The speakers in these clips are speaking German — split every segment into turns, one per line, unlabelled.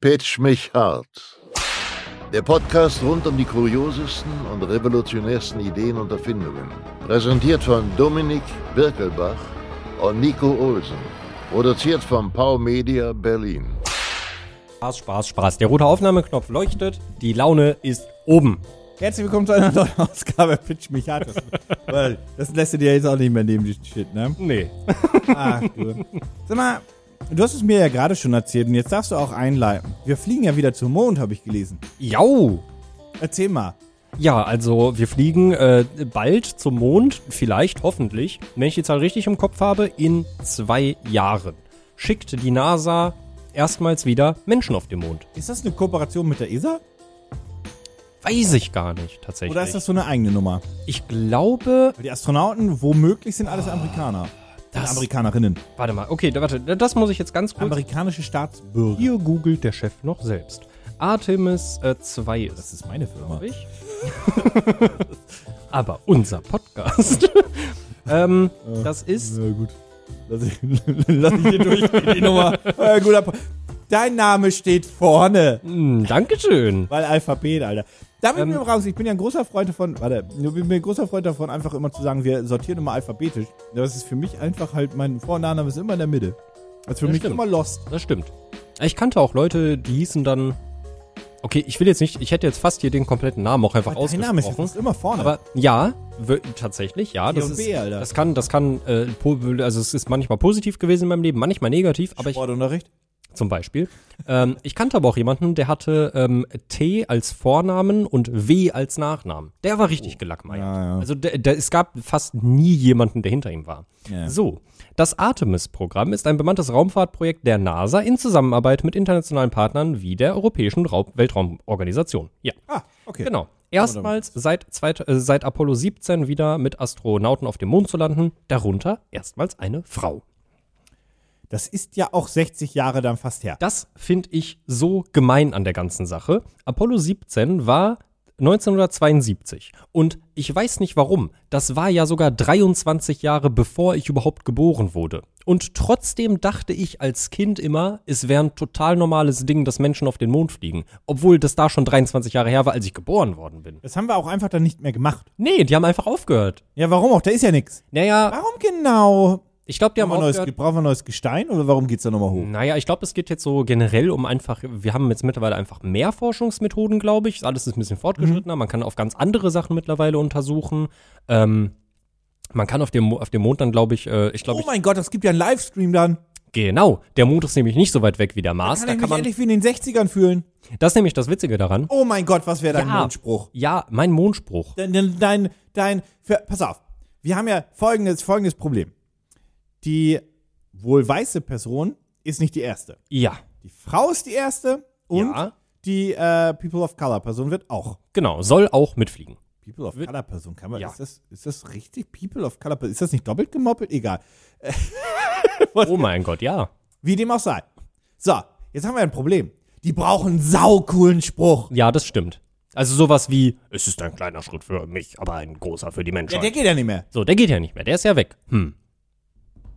Pitch mich hart. Der Podcast rund um die kuriosesten und revolutionärsten Ideen und Erfindungen. Präsentiert von Dominik Birkelbach und Nico Olsen. Produziert von Pau Media Berlin.
Spaß, Spaß, Spaß. Der rote Aufnahmeknopf leuchtet, die Laune ist oben.
Herzlich willkommen zu einer neuen Ausgabe Pitch mich hart. Das, weil das lässt du dir jetzt auch nicht mehr nehmen, diesen Shit, ne?
Nee.
Ach, du. Sag mal, du hast es mir ja gerade schon erzählt und jetzt darfst du auch einleiten. Wir fliegen ja wieder zum Mond, habe ich gelesen.
Jau!
Erzähl mal.
Ja, also wir fliegen äh, bald zum Mond, vielleicht, hoffentlich, wenn ich die Zahl richtig im Kopf habe, in zwei Jahren. Schickt die NASA erstmals wieder Menschen auf den Mond.
Ist das eine Kooperation mit der E ESA?
Weiß ich gar nicht, tatsächlich.
Oder ist das so eine eigene Nummer?
ich glaube,
Weil die Astronauten womöglich sind alles Amerikaner.
Das-
Ah, Das Amerikanerinnen.
warte mal, okay, da- warte, das muss ich jetzt ganz kurz.
Amerikanische Staatsbürger.
Hier googelt der Chef noch selbst. Artemis äh, 2 ist
Das ist meine Firma.
ich. Aber unser Podcast. ähm, das ist.
Na gut. Lass ich, lass ich hier durchgehen, die Nummer. Äh, guter Po- Dein Name steht vorne.
Mh, Dankeschön.
Weil Alphabet, Alter. Da bin ich
Ähm,
übrigens, ich bin ja ein großer Freund davon, warte, ich bin ein großer Freund davon, einfach immer zu sagen, wir sortieren immer alphabetisch. Das ist für mich einfach halt, mein Vor- und Nachname ist immer in der Mitte. Das ist für
Ja,
mich
stimmt.
immer Lost.
Das stimmt. Ich kannte auch Leute, die hießen dann. Okay, ich will jetzt nicht, ich hätte jetzt fast hier den kompletten Namen auch einfach
Aber dein Name ist ja
ausgesprochen.
fast immer vorne.
Aber ja, wö- tatsächlich, ja.
T
Das,
und
ist,
B, Alter.
das kann, das kann, äh, po- also es ist manchmal positiv gewesen in meinem Leben, manchmal negativ, aber ich,
Sportunterricht?
zum Beispiel. Ähm, ich kannte aber auch jemanden, der hatte ähm, T als Vornamen und W als Nachnamen. Der war richtig gelackmeiert.
Oh. Ja, ja.
Also der, der, es gab fast nie jemanden, der hinter ihm war.
Ja.
So, das Artemis-Programm ist ein bemanntes Raumfahrtprojekt der NASA in Zusammenarbeit mit internationalen Partnern wie der Europäischen Raub Weltraumorganisation. Ja.
Ah, okay.
Genau. Erstmals seit, zweit, äh, seit Apollo 17 wieder mit Astronauten auf dem Mond zu landen, darunter erstmals eine Frau.
Das ist ja auch 60 Jahre dann fast her.
Das finde ich so gemein an der ganzen Sache. Apollo 17 war 1972 und ich weiß nicht warum, das war ja sogar 23 Jahre bevor ich überhaupt geboren wurde. Und trotzdem dachte ich als Kind immer, es wäre ein total normales Ding, dass Menschen auf den Mond fliegen, obwohl das da schon 23 Jahre her war, als ich geboren worden bin.
Das haben wir auch einfach dann nicht mehr gemacht.
Nee, die haben einfach aufgehört.
Ja, warum auch? Da ist ja nichts.
Naja,
Warum genau?
ich glaube, die haben
Brauchen wir, neues,
aufgehört. Hm.
brauchen wir neues Gestein oder warum geht's da nochmal hoch?
Naja, ich glaube, es geht jetzt so generell um einfach, wir haben jetzt mittlerweile einfach mehr Forschungsmethoden, glaube ich. Alles ist ein bisschen
Mhm.
fortgeschrittener. Man kann auf ganz andere Sachen mittlerweile untersuchen. Ähm, man kann auf dem, Mo- auf dem Mond dann, glaube ich, äh, ich glaube,
Oh mein Gott, das gibt ja einen Livestream dann.
ich, genau, der Mond ist nämlich nicht so weit weg wie der Mars.
Kann
da
ich
kann
mich
man,
endlich wie in den 60ern fühlen.
das ist nämlich das Witzige daran.
Oh mein Gott, was wäre dein
Ja.
Mondspruch?
Ja, mein Mondspruch.
dein, dein, dein, dein für, pass auf. Wir haben ja folgendes, folgendes Problem. Die wohl weiße Person ist nicht die erste.
Ja,
Die Frau ist die erste und
Ja.
die äh, People of Color Person wird auch.
genau, soll auch mitfliegen.
People of Color Person kann man.
Ja.
Ist, das, ist das richtig? People of Color Person. Ist das nicht doppelt gemoppelt? Egal.
Oh mein Gott, ja.
Wie dem auch sei. So, jetzt haben wir ein Problem. Die brauchen einen saucoolen Spruch.
Ja, das stimmt. Also sowas wie, es ist ein kleiner Schritt für mich, aber ein großer für die
Ja,
Menschheit.
der geht ja nicht mehr.
so, der geht ja nicht mehr, der ist ja weg. Hm.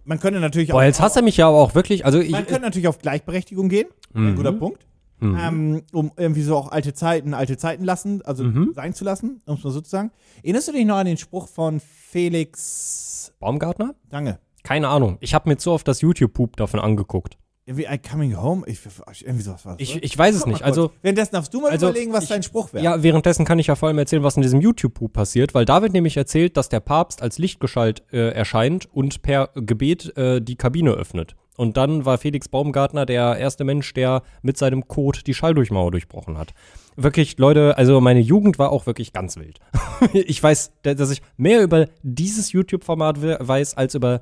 Man könnte natürlich
Boah,
auch.
jetzt hasst er mich ja aber auch wirklich. Also ich, Mhm.
Man könnte natürlich auf Gleichberechtigung gehen. Ein guter Punkt. Ähm, um irgendwie so auch alte Zeiten, alte Zeiten lassen, also
Mhm.
sein zu lassen, um es mal so zu sagen. Erinnerst du dich noch an den Spruch von Felix
Baumgartner?
Dange?
Keine Ahnung. Ich habe mir zu oft das YouTube-Poop davon angeguckt.
Irgendwie ein Coming Home? Ich, irgendwie sowas war das.
Ich,
oder?
ich weiß es nicht.
Mal
Also,
kurz. Währenddessen darfst du mal
also
überlegen, was
ich-
dein Spruch wäre.
ja, währenddessen kann ich ja vor allem erzählen, was in diesem YouTube-Poop passiert, weil David nämlich erzählt, dass der Papst als Lichtgestalt äh, erscheint und per Gebet äh, die Kabine öffnet. Und dann war Felix Baumgartner der erste Mensch, der mit seinem Kot die Schalldurchmauer durchbrochen hat. Wirklich, Leute, also meine Jugend war auch wirklich ganz wild. ich weiß, da- dass ich mehr über dieses YouTube-Format we- weiß, als über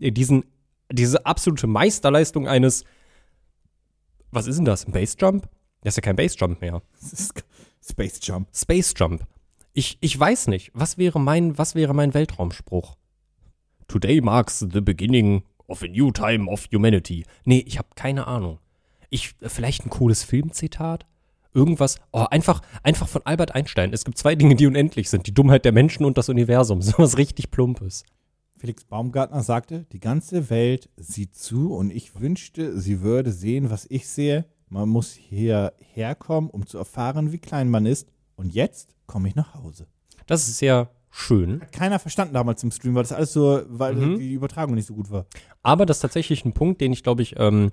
äh, diesen, diese absolute Meisterleistung eines was ist denn das? Ein Bassjump? Das ist ja kein Bassjump mehr.
Das ist Space Jump.
Space Jump. Ich, ich weiß nicht, was wäre mein, was wäre mein Weltraumspruch? Today marks the beginning of a new time of humanity. Nee, ich habe keine Ahnung. Ich, vielleicht ein cooles Filmzitat? Irgendwas, oh, einfach, einfach von Albert Einstein. Es gibt zwei Dinge, die unendlich sind. Die Dummheit der Menschen und das Universum. So was richtig Plumpes.
Felix Baumgartner sagte, die ganze Welt sieht zu und ich wünschte, sie würde sehen, was ich sehe. Man muss hierher kommen, um zu erfahren, wie klein man ist. Und jetzt komme ich nach Hause.
Das ist sehr schön.
Hat keiner verstanden damals im Stream, weil das alles so, weil
Mhm.
die Übertragung nicht so gut war.
Aber das ist tatsächlich ein Punkt, den ich glaube ich, ähm,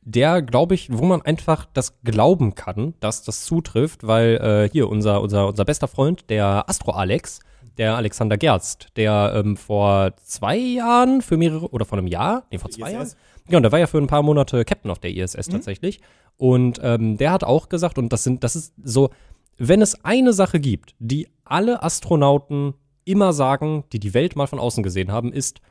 der glaube ich, wo man einfach das glauben kann, dass das zutrifft, weil äh, hier unser, unser, unser bester Freund, der Astro Alex, der Alexander Gerst, der ähm, vor zwei Jahren für mehrere oder vor einem Jahr, nee, vor zwei
ISS?
Jahren. Ja, und der war ja für ein paar Monate Captain auf der ISS tatsächlich. Und ähm, der hat auch gesagt, und das sind, das ist so, wenn es eine Sache gibt, die alle Astronauten immer sagen, die die Welt mal von außen gesehen haben, ist,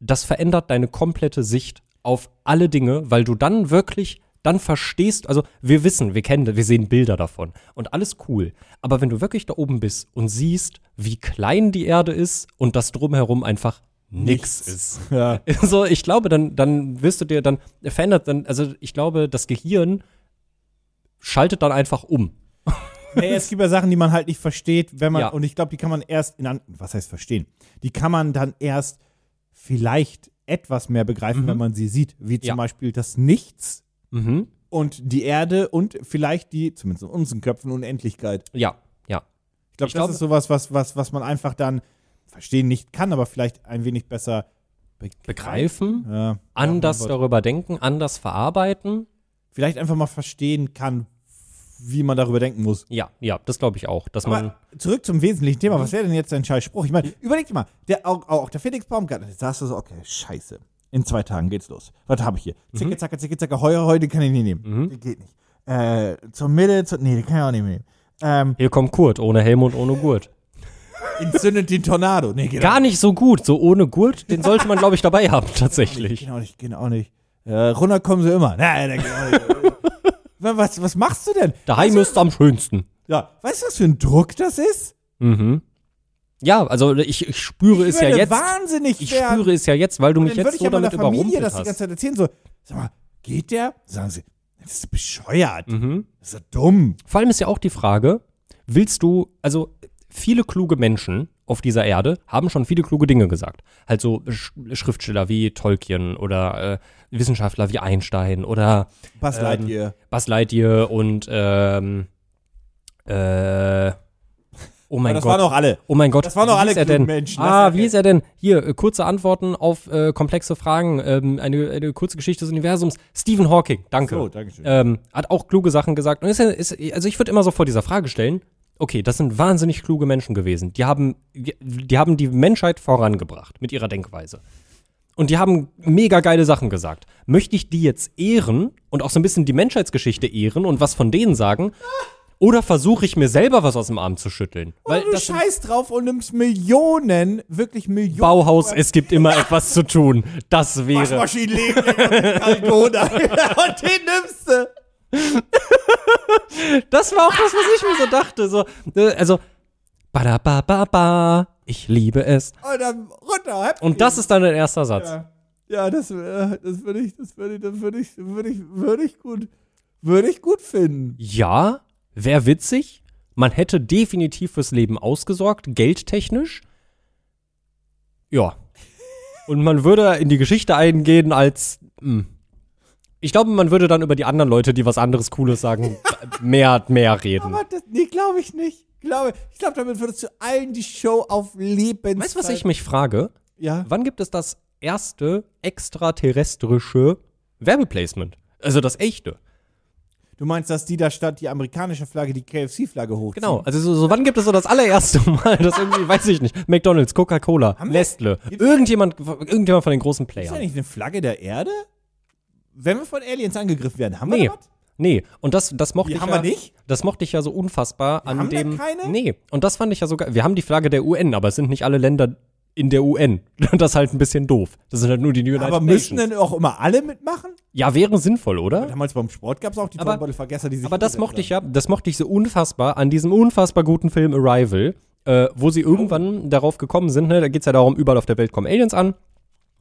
das verändert deine komplette Sicht auf alle Dinge, weil du dann wirklich dann verstehst, also wir wissen, wir kennen, wir sehen Bilder davon und alles cool. Aber wenn du wirklich da oben bist und siehst, wie klein die Erde ist und das drumherum einfach nix ist.
Ja.
So, ich glaube, dann, dann wirst du dir, dann verändert, dann, also ich glaube, das Gehirn schaltet dann einfach um.
Nee, es gibt ja Sachen, die man halt nicht versteht, wenn man,
Ja.
und ich glaube, die kann man erst in, an, was heißt verstehen? Die kann man dann erst vielleicht etwas mehr begreifen, wenn man sie sieht. Wie zum
Mhm. Ja.
Beispiel das Nichts
Mhm.
und die Erde und vielleicht die, zumindest in unseren Köpfen, Unendlichkeit.
Ja, ja.
Ich glaube,
Ich
das
glaube-
ist sowas, was, was, was man einfach dann verstehen nicht kann, aber vielleicht ein wenig besser begreift.
Begreifen,
Ja,
anders
ja, mein Wort.
darüber denken, anders verarbeiten.
Vielleicht einfach mal verstehen kann, wie man darüber denken muss.
Ja, ja, das glaube ich auch, dass man.
Aber zurück zum wesentlichen Thema. Was wäre denn jetzt dein scheiß Spruch? Ich meine, überleg dir mal, der, auch, auch der Felix Baumgartner, jetzt sagst du so, okay, scheiße. In zwei Tagen geht's los. Was habe ich hier?
Mhm.
Zicke, zacke, zicke, zacke, heuer, heute kann ich nicht nehmen. Die geht nicht. Äh, zur Mitte, zur, nee, die kann ich auch nicht mehr nehmen. Ähm,
Hier kommt Kurt, ohne Helm und ohne Gurt.
entzündet den Tornado. Nee, geht
Gar nicht so gut, so ohne Gurt, den sollte man, glaube ich, dabei haben, tatsächlich.
Geht auch nicht, geht auch nicht. Äh, runter kommen sie immer. Nein, nein, geht auch nicht. Na, was, was machst du denn?
Daheim ist am schönsten.
Ja, weißt du, was für ein Druck das ist?
Mhm. Ja, also ich, ich spüre es ja
würde
jetzt.
wahnsinnig
Ich
werden.
spüre es ja jetzt, weil du mich
dann würde
jetzt
ich
so
ja meiner
damit
Familie
überrumpelt
das die ganze
hast.
Zeit erzählen, so, sag mal, geht der? Sagen sie, das ist bescheuert,
Mhm.
das ist ja dumm.
Vor allem ist ja auch die Frage, willst du, also viele kluge Menschen auf dieser Erde haben schon viele kluge Dinge gesagt. Halt so Sch Schriftsteller wie Tolkien oder äh, Wissenschaftler wie Einstein oder
Was
Ähm,
leid ihr?
Buzz Lightyear und ähm, äh, oh
Aber
mein
das
Gott.
waren auch alle.
Oh mein Gott,
Das waren doch
wie
alle
ist er
klugen
denn?
Menschen, das
Ah,
ist ja
wie
geil.
ist er denn? Hier, äh, kurze Antworten auf äh, komplexe Fragen, ähm, eine, eine kurze Geschichte des Universums. Stephen Hawking, danke.
So, Dankeschön.
Ähm, hat auch kluge Sachen gesagt. Und ist, ja- ist, also ich würde immer so vor dieser Frage stellen, okay, das sind wahnsinnig kluge Menschen gewesen. Die haben, die haben die Menschheit vorangebracht mit ihrer Denkweise. Und die haben mega geile Sachen gesagt. Möchte ich die jetzt ehren und auch so ein bisschen die Menschheitsgeschichte ehren und was von denen sagen? Oder versuche ich mir selber was aus dem Arm zu schütteln? Weil
Oh, du
das sind
scheiß drauf und nimmst Millionen, wirklich Millionen.
Bauhaus, es gibt immer etwas zu tun. Das wäre.
Waschmaschinen legen Alkohol da. und den nimmst du.
Das war auch das, was ich mir so dachte. So, äh, also, ba ich liebe es.
Und dann runter. Häpp.
Und das ist dann dein erster Satz.
ja, das, äh, das würde ich, das würde ich, das würde ich, würde ich, würde ich gut, würde ich gut finden.
Ja, wäre witzig. Man hätte definitiv fürs Leben ausgesorgt, geldtechnisch. Ja. Und man würde in die Geschichte eingehen als. Mh. Ich glaube, man würde dann über die anderen Leute, die was anderes Cooles sagen, mehr, mehr reden.
Aber das, nee, glaube ich nicht. Glaube, ich glaube, damit würdest du allen die Show auf Lebenszeit.
Weißt du, was ich mich frage?
Ja.
Wann gibt es das erste extraterrestrische Werbeplacement? Also das echte.
Du meinst, dass die da statt die amerikanische Flagge die KFC-Flagge hochziehen?
Genau. Also so, so wann gibt es so das allererste Mal, das irgendwie, weiß ich nicht, McDonalds, Coca-Cola, Nestle, irgendjemand, irgendjemand von den großen
Ist ja
Playern.
nicht eine Flagge der Erde? Wenn wir von Aliens angegriffen werden, haben wir
Nee.
da was?
Nee, und das, das mochte
Die
ich
haben
ja,
wir nicht?
Das mochte ich ja so unfassbar an
haben da
dem.
keine?
Nee, und das fand ich ja sogar. Wir haben die Flagge der UN, aber es sind nicht alle Länder in der UN. Das ist halt ein bisschen doof. Das sind halt nur die United
Aber
Nations.
müssen denn auch immer alle mitmachen?
ja, wäre sinnvoll, oder?
Damals beim Sport gab es auch die
Aber-
Turnbeutelvergesser, die sich.
Aber das mochte ich ja, das mochte ich so unfassbar an diesem unfassbar guten Film Arrival, äh, wo sie irgendwann darauf gekommen sind, ne, da geht's ja darum, überall auf der Welt kommen Aliens an.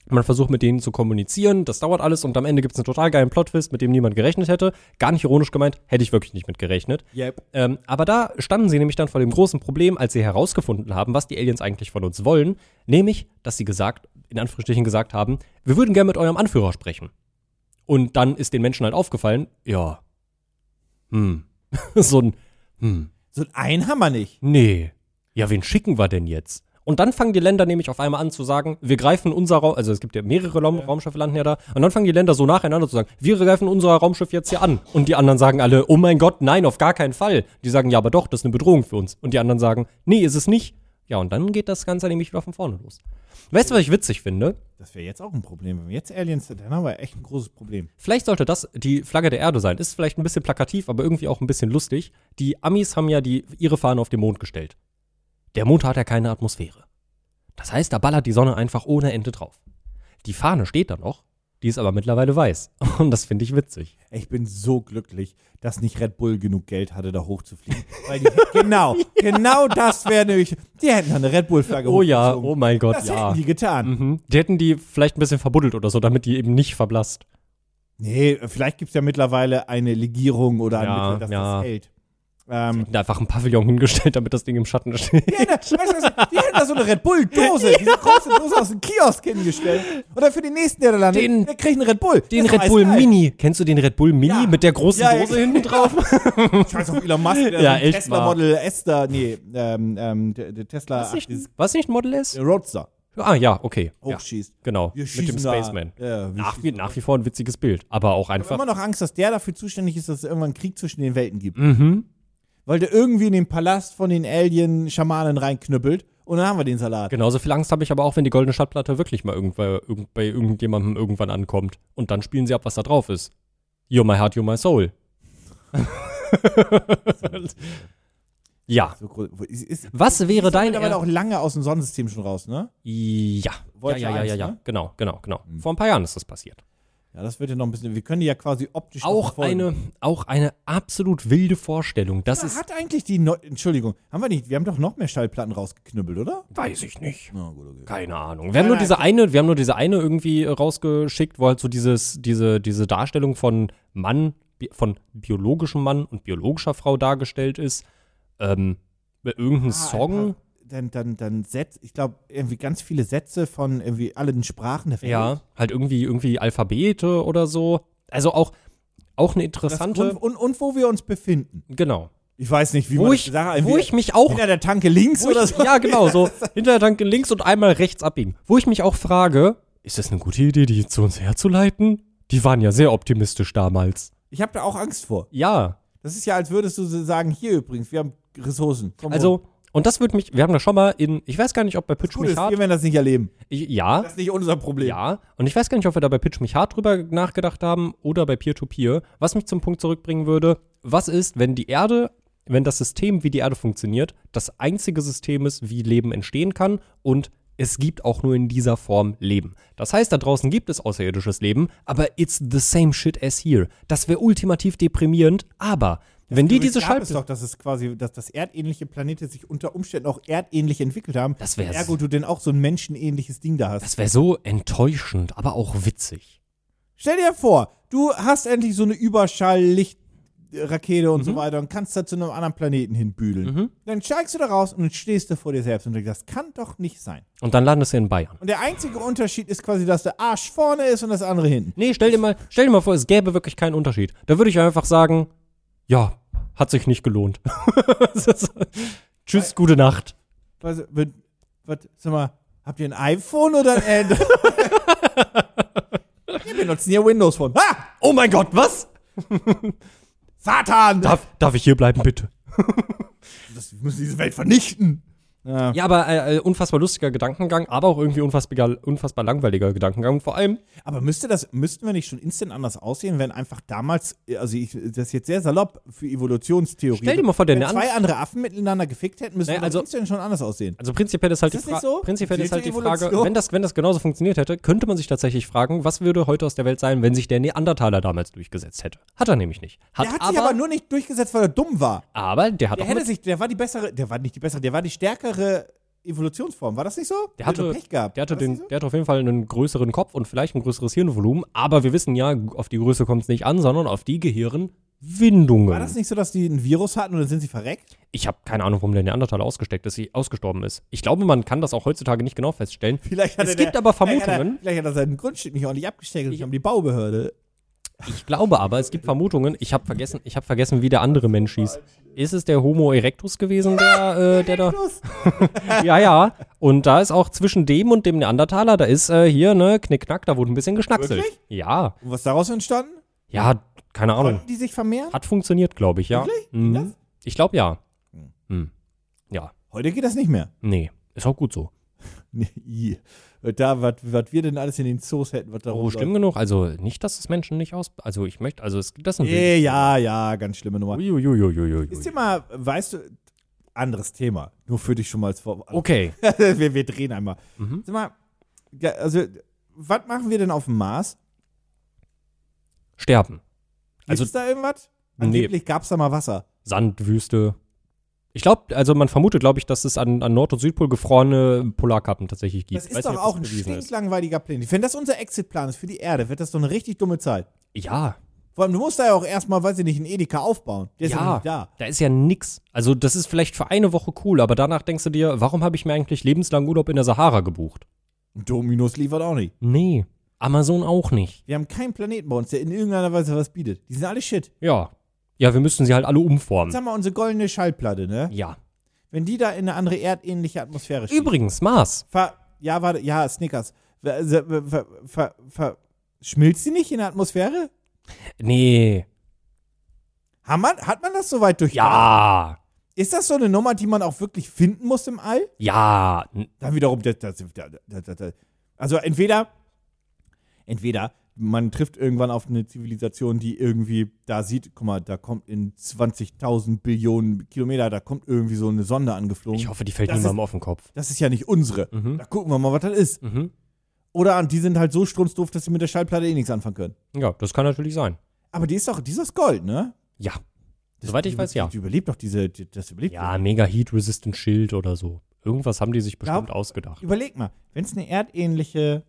Man versucht mit denen zu kommunizieren, das dauert alles und am Ende gibt's einen total geilen Plot-Twist, mit dem niemand gerechnet hätte. Gar nicht ironisch gemeint, hätte ich wirklich nicht mit gerechnet.
Yep.
Ähm, aber da standen sie nämlich dann vor dem großen Problem, als sie herausgefunden haben, was die Aliens eigentlich von uns wollen, nämlich, dass sie gesagt, in Anführungsstrichen gesagt haben, wir würden gerne mit eurem Anführer sprechen. Und dann ist den Menschen halt aufgefallen, ja, hm, so ein, hm,
So ein Hammer nicht.
nee, ja, wen schicken wir denn jetzt? Und dann fangen die Länder nämlich auf einmal an zu sagen, wir greifen unser Raum, also es gibt ja mehrere Raum, Raumschiffe landen ja da, und dann fangen die Länder so nacheinander zu sagen, wir greifen unser Raumschiff jetzt hier an. Und die anderen sagen alle, oh mein Gott, nein, auf gar keinen Fall. Die sagen, ja, aber doch, das ist eine Bedrohung für uns. Und die anderen sagen, nee, ist es nicht. Ja, und dann geht das Ganze nämlich wieder von vorne los. Weißt du, was ich witzig finde?
Das wäre jetzt auch ein Problem. Wenn wir jetzt Aliens sind, dann haben wir echt ein großes Problem.
Vielleicht sollte das die Flagge der Erde sein. Ist vielleicht ein bisschen plakativ, aber irgendwie auch ein bisschen lustig. Die Amis haben ja die, ihre Fahne auf den Mond gestellt. Der Mond hat ja keine Atmosphäre. Das heißt, da ballert die Sonne einfach ohne Ende drauf. Die Fahne steht da noch, die ist aber mittlerweile weiß. Und das finde ich witzig.
Ich bin so glücklich, dass nicht Red Bull genug Geld hatte, da hochzufliegen. Weil die, genau, genau das wäre nämlich. Die hätten dann eine Red Bull-Flagge
Oh ja,
hochgezogen.
oh mein Gott,
Das
ja.
hätten die getan.
Mhm. Die hätten die vielleicht ein bisschen verbuddelt oder so, damit die eben nicht verblasst.
Nee, vielleicht gibt es ja mittlerweile eine Legierung oder ein
Ja,
Mittel, dass
ja.
das hält. Ähm,
Da einfach ein Pavillon hingestellt, damit das Ding im Schatten steht.
die, hätten, weißt du, was, die hätten da so eine Red Bull-Dose, diese große Dose aus dem Kiosk hingestellt. Oder für den nächsten, der da landet,
Den-
der kriegt einen Red Bull.
Den
Ist doch
Red Bull
eiskalt.
Mini. Kennst du den Red Bull Mini
Ja.
mit der großen
Ja, ja.
Dose hinten drauf?
Scheiß auf Elon Musk,
Ja,
der so ein
echt
Tesla
mal.
Model S da, nee, ähm, ähm, der, der Tesla
Was nicht,
ach, dieses
was nicht ein Model S?
Roadster
Ah ja, okay. Ja,
hochschießt.
genau.
Oh, Wir
Mit dem
schießen da.
Spaceman.
Ja, wir
nach,
schießen
wie, nach wie vor ein witziges Bild, aber auch
Ich habe
einfach.
immer noch Angst, dass der dafür zuständig ist, dass es irgendwann Krieg zwischen den Welten gibt.
Mhm.
Weil der irgendwie in den Palast von den Alien-Schamanen reinknüppelt und dann haben wir den Salat.
Genauso viel Angst habe ich aber auch, wenn die goldene Schallplatte wirklich mal irgendwer, irgend, bei irgendjemandem irgendwann ankommt. Und dann spielen sie ab, was da drauf ist. You're my heart, you're my soul. ja.
So groß- wo- ist, ist,
Was wäre
ist
dein.
mittlerweile
Er-
auch lange aus dem Sonnensystem schon raus, ne?
ja. Ja,
Voyager
ja, ja, ja,
1,
ja.
ne?
Genau, genau, genau. Vor ein paar Jahren ist das passiert.
Ja, das wird ja noch ein bisschen. Wir können die ja quasi optisch noch
Auch
verfolgen.
eine, auch eine absolut wilde Vorstellung. Das ist.
Hat eigentlich die. Neu Entschuldigung, haben wir nicht? Wir haben doch noch mehr Schallplatten rausgeknüppelt, oder?
Weiß ich nicht.
Na gut, okay.
Keine Ahnung. Wir haben nur diese eine, wir haben nur diese eine irgendwie äh, rausgeschickt, wo halt so dieses, diese, diese Darstellung von Mann, bi- von biologischem Mann und biologischer Frau dargestellt ist. Ähm,
Ah,
irgendein Song.
Dann, dann, dann Sätze, ich glaube, irgendwie ganz viele Sätze von irgendwie allen Sprachen der Welt.
Ja. Halt irgendwie, irgendwie Alphabete oder so. Also auch, auch eine
Das
interessante.
Grund, und, und wo wir uns befinden.
Genau.
Ich weiß nicht, wie
Wo
man
ich,
das sagt.
wo
irgendwie
ich mich auch
Hinter der Tanke links
Wo
oder
ich,
so.
Ja, genau, so hinter der Tanke links und einmal rechts abbiegen. Wo ich mich auch frage, ist das eine gute Idee, die zu uns herzuleiten? Die waren ja sehr optimistisch damals.
Ich habe da auch Angst vor.
Ja,
Das ist ja, als würdest du so sagen, hier übrigens, wir haben Ressourcen. Komm hoch.
also, und das würde mich, wir haben das schon mal in, ich weiß gar nicht, ob bei Pitch
gut
mich
ist, wir
hart,
werden das nicht erleben.
ich, ja,
Das ist nicht unser Problem.
ja, und ich weiß gar nicht, ob wir da bei Pitch mich hart drüber nachgedacht haben oder bei Peer-to-Peer, was mich zum Punkt zurückbringen würde, was ist, wenn die Erde, wenn das System, wie die Erde funktioniert, das einzige System ist, wie Leben entstehen kann und es gibt auch nur in dieser Form Leben. Das heißt, da draußen gibt es außerirdisches Leben, aber it's the same shit as here. Das wäre ultimativ deprimierend, aber wenn die
Übrigens
diese
gab es
Schallplatte
doch, dass es quasi, dass das erdähnliche Planete sich unter Umständen auch erdähnlich entwickelt haben.
Das wär's.
Ergo, du denn auch so ein menschenähnliches Ding da hast.
Das wäre so enttäuschend, aber auch witzig.
Stell dir vor, du hast endlich so eine Überschalllichtrakete und so
Mhm.
weiter und kannst da zu einem anderen Planeten hinbüdeln. Dann steigst du da raus und dann stehst du vor dir selbst und denkst, das kann doch nicht sein.
Und dann landest du in Bayern.
Und der einzige Unterschied ist quasi, dass der Arsch vorne ist und das andere hinten.
Nee, stell dir mal, stell dir mal vor, es gäbe wirklich keinen Unterschied. Da würde ich einfach sagen, ja, hat sich nicht gelohnt. Es ist- Tschüss, gute Nacht.
Was, wird- was, sag mal, habt ihr ein iPhone oder ein Android? wir benutzen hier Windows Phone. Ha!
Oh mein Gott, was?
Satan!
Darf, darf ich hier bleiben, bitte?
Das, wir müssen diese Welt vernichten.
Ja, aber äh, äh, unfassbar lustiger Gedankengang, aber auch irgendwie unfassbar, unfassbar langweiliger Gedankengang. Vor allem,
Aber müsste das, müssten wir nicht schon instant anders aussehen, wenn einfach damals, also ich, das ist jetzt sehr salopp für Evolutionstheorie.
Stell dir mal vor, der
wenn
eine
zwei andere Affen miteinander gefickt hätten, müssten
Naja,
wir
also-
also, instant schon anders aussehen.
also prinzipiell ist halt
Ist
die,
das
Fra
nicht so?
prinzipiell ist
Seht
halt die
ihr
Frage,
Evolution?
wenn das, wenn das genauso funktioniert hätte, könnte man sich tatsächlich fragen, was würde heute aus der Welt sein, wenn sich der Neandertaler damals durchgesetzt hätte? Hat er nämlich nicht. Hat,
Der hat
aber,
sich aber nur nicht durchgesetzt, weil er dumm war.
aber der hat
Der
auch mit
hätte sich, der war die bessere, der war nicht die bessere, der war die stärkere Evolutionsform. War das nicht so?
Der hatte,
nur also Pech gehabt.
Der, hatte
War das
den,
nicht so?
der hatte auf jeden Fall einen größeren Kopf und vielleicht ein größeres Hirnvolumen, aber wir wissen ja, auf die Größe kommt es nicht an, sondern auf die
War das
Gehirnwindungen.
nicht so, dass die ein Virus hatten und dann sind sie verreckt?
Ich habe keine Ahnung, warum der Neandertaler ausgesteckt ist, sie ausgestorben ist. Ich glaube, man kann das auch heutzutage nicht genau feststellen.
Vielleicht hatte
es
der,
gibt aber
vielleicht hat er-
Vermutungen.
Vielleicht hat er sein Grundstück nicht ordentlich abgesteckt und haben die um Baubehörde
Ich glaube aber, es gibt Vermutungen. Ich habe vergessen, ich habe vergessen, wie der andere Mensch hieß. Ist es der Homo erectus gewesen, der, äh, der da? Ja, ja. Und da ist auch zwischen dem und dem Neandertaler, da ist äh, hier ne Knickknack, da wurde ein bisschen geschnackselt.
Wirklich?
Ja,
Und was daraus entstanden?
ja, keine Ahnung.
Konnten die sich vermehren?
Hat funktioniert, glaube ich, ja.
Wirklich? Ging
Mhm.
das? Hm.
Ich glaube ja. Mhm. Ja,
Heute geht das nicht mehr.
nee, ist auch gut so.
Nee, i. da, was wir denn alles in den Zoos hätten, was da
Oh, schlimm genug. Also nicht, dass es Menschen nicht aus. Also ich möchte, also es das sind.
Nee, ja, ja, ganz schlimme Nummer.
Uiuiuiuiui.
Ist dir mal, weißt du, anderes Thema. Nur für dich schon mal als Vor
Okay.
wir, wir drehen einmal.
Mhm.
Sag mal, ja, also, was machen wir denn auf dem Mars?
Sterben.
Gibt's
Also-
da irgendwas?
Nee.
Angeblich gab es da mal Wasser.
Sandwüste. Ich glaube, also man vermutet, glaube ich, dass es an, an Nord- und Südpol gefrorene Polarkappen tatsächlich gibt.
Das
Weiß
ist doch
nicht, ob
auch ein
das bewiesen ist.
stinklangweiliger Plan. Wenn das unser Exitplan ist für die Erde, wird das doch eine richtig dumme Zeit.
Ja,
Vor allem, du musst da ja auch erstmal, weiß ich nicht, einen Edeka aufbauen. Der ist ja, noch
ja.
nicht da.
Da ist ja nix. Also das ist vielleicht für eine Woche cool, aber danach denkst du dir, warum habe ich mir eigentlich lebenslang Urlaub in der Sahara gebucht?
Und Dominos liefert auch nicht.
Nee, Amazon auch nicht.
Wir haben keinen Planeten bei uns, der in irgendeiner Weise was bietet. Die sind alle shit.
Ja. Ja, wir müssen sie halt alle umformen.
Sag mal, unsere goldene Schallplatte, ne?
Ja.
Wenn die da in eine andere erdähnliche Atmosphäre schiebt.
Übrigens, Mars.
Ver ja, warte, ja, Snickers. Ver ver ver ver ver schmilzt die nicht in der Atmosphäre?
Nee.
Hat man, hat man das soweit durch?
Ja.
Ist das so eine Nummer, die man auch wirklich finden muss im All?
Ja. N-
Dann wiederum, das, das, das, das, das, das. also entweder, entweder man trifft irgendwann auf eine Zivilisation, die irgendwie da sieht, guck mal, da kommt in 20.000 Billionen Kilometer, da kommt irgendwie so eine Sonde angeflogen.
Ich hoffe, die fällt
Das
niemandem auf den Kopf.
das ist ja nicht unsere.
Mhm.
Da gucken wir mal, was das ist.
Mhm.
Oder die sind halt so strunzdoof, dass sie mit der Schallplatte eh nichts anfangen können.
Ja, das kann natürlich sein.
Aber die ist doch, die ist aus Gold, ne?
Ja. Soweit ich
die,
weiß,
die,
ja.
Die überlebt doch diese, die, das überlebt.
Ja, mega Heat Resistant Schild oder so. Irgendwas haben die sich bestimmt
Glaub-
ausgedacht.
Überleg mal, wenn es eine erdähnliche,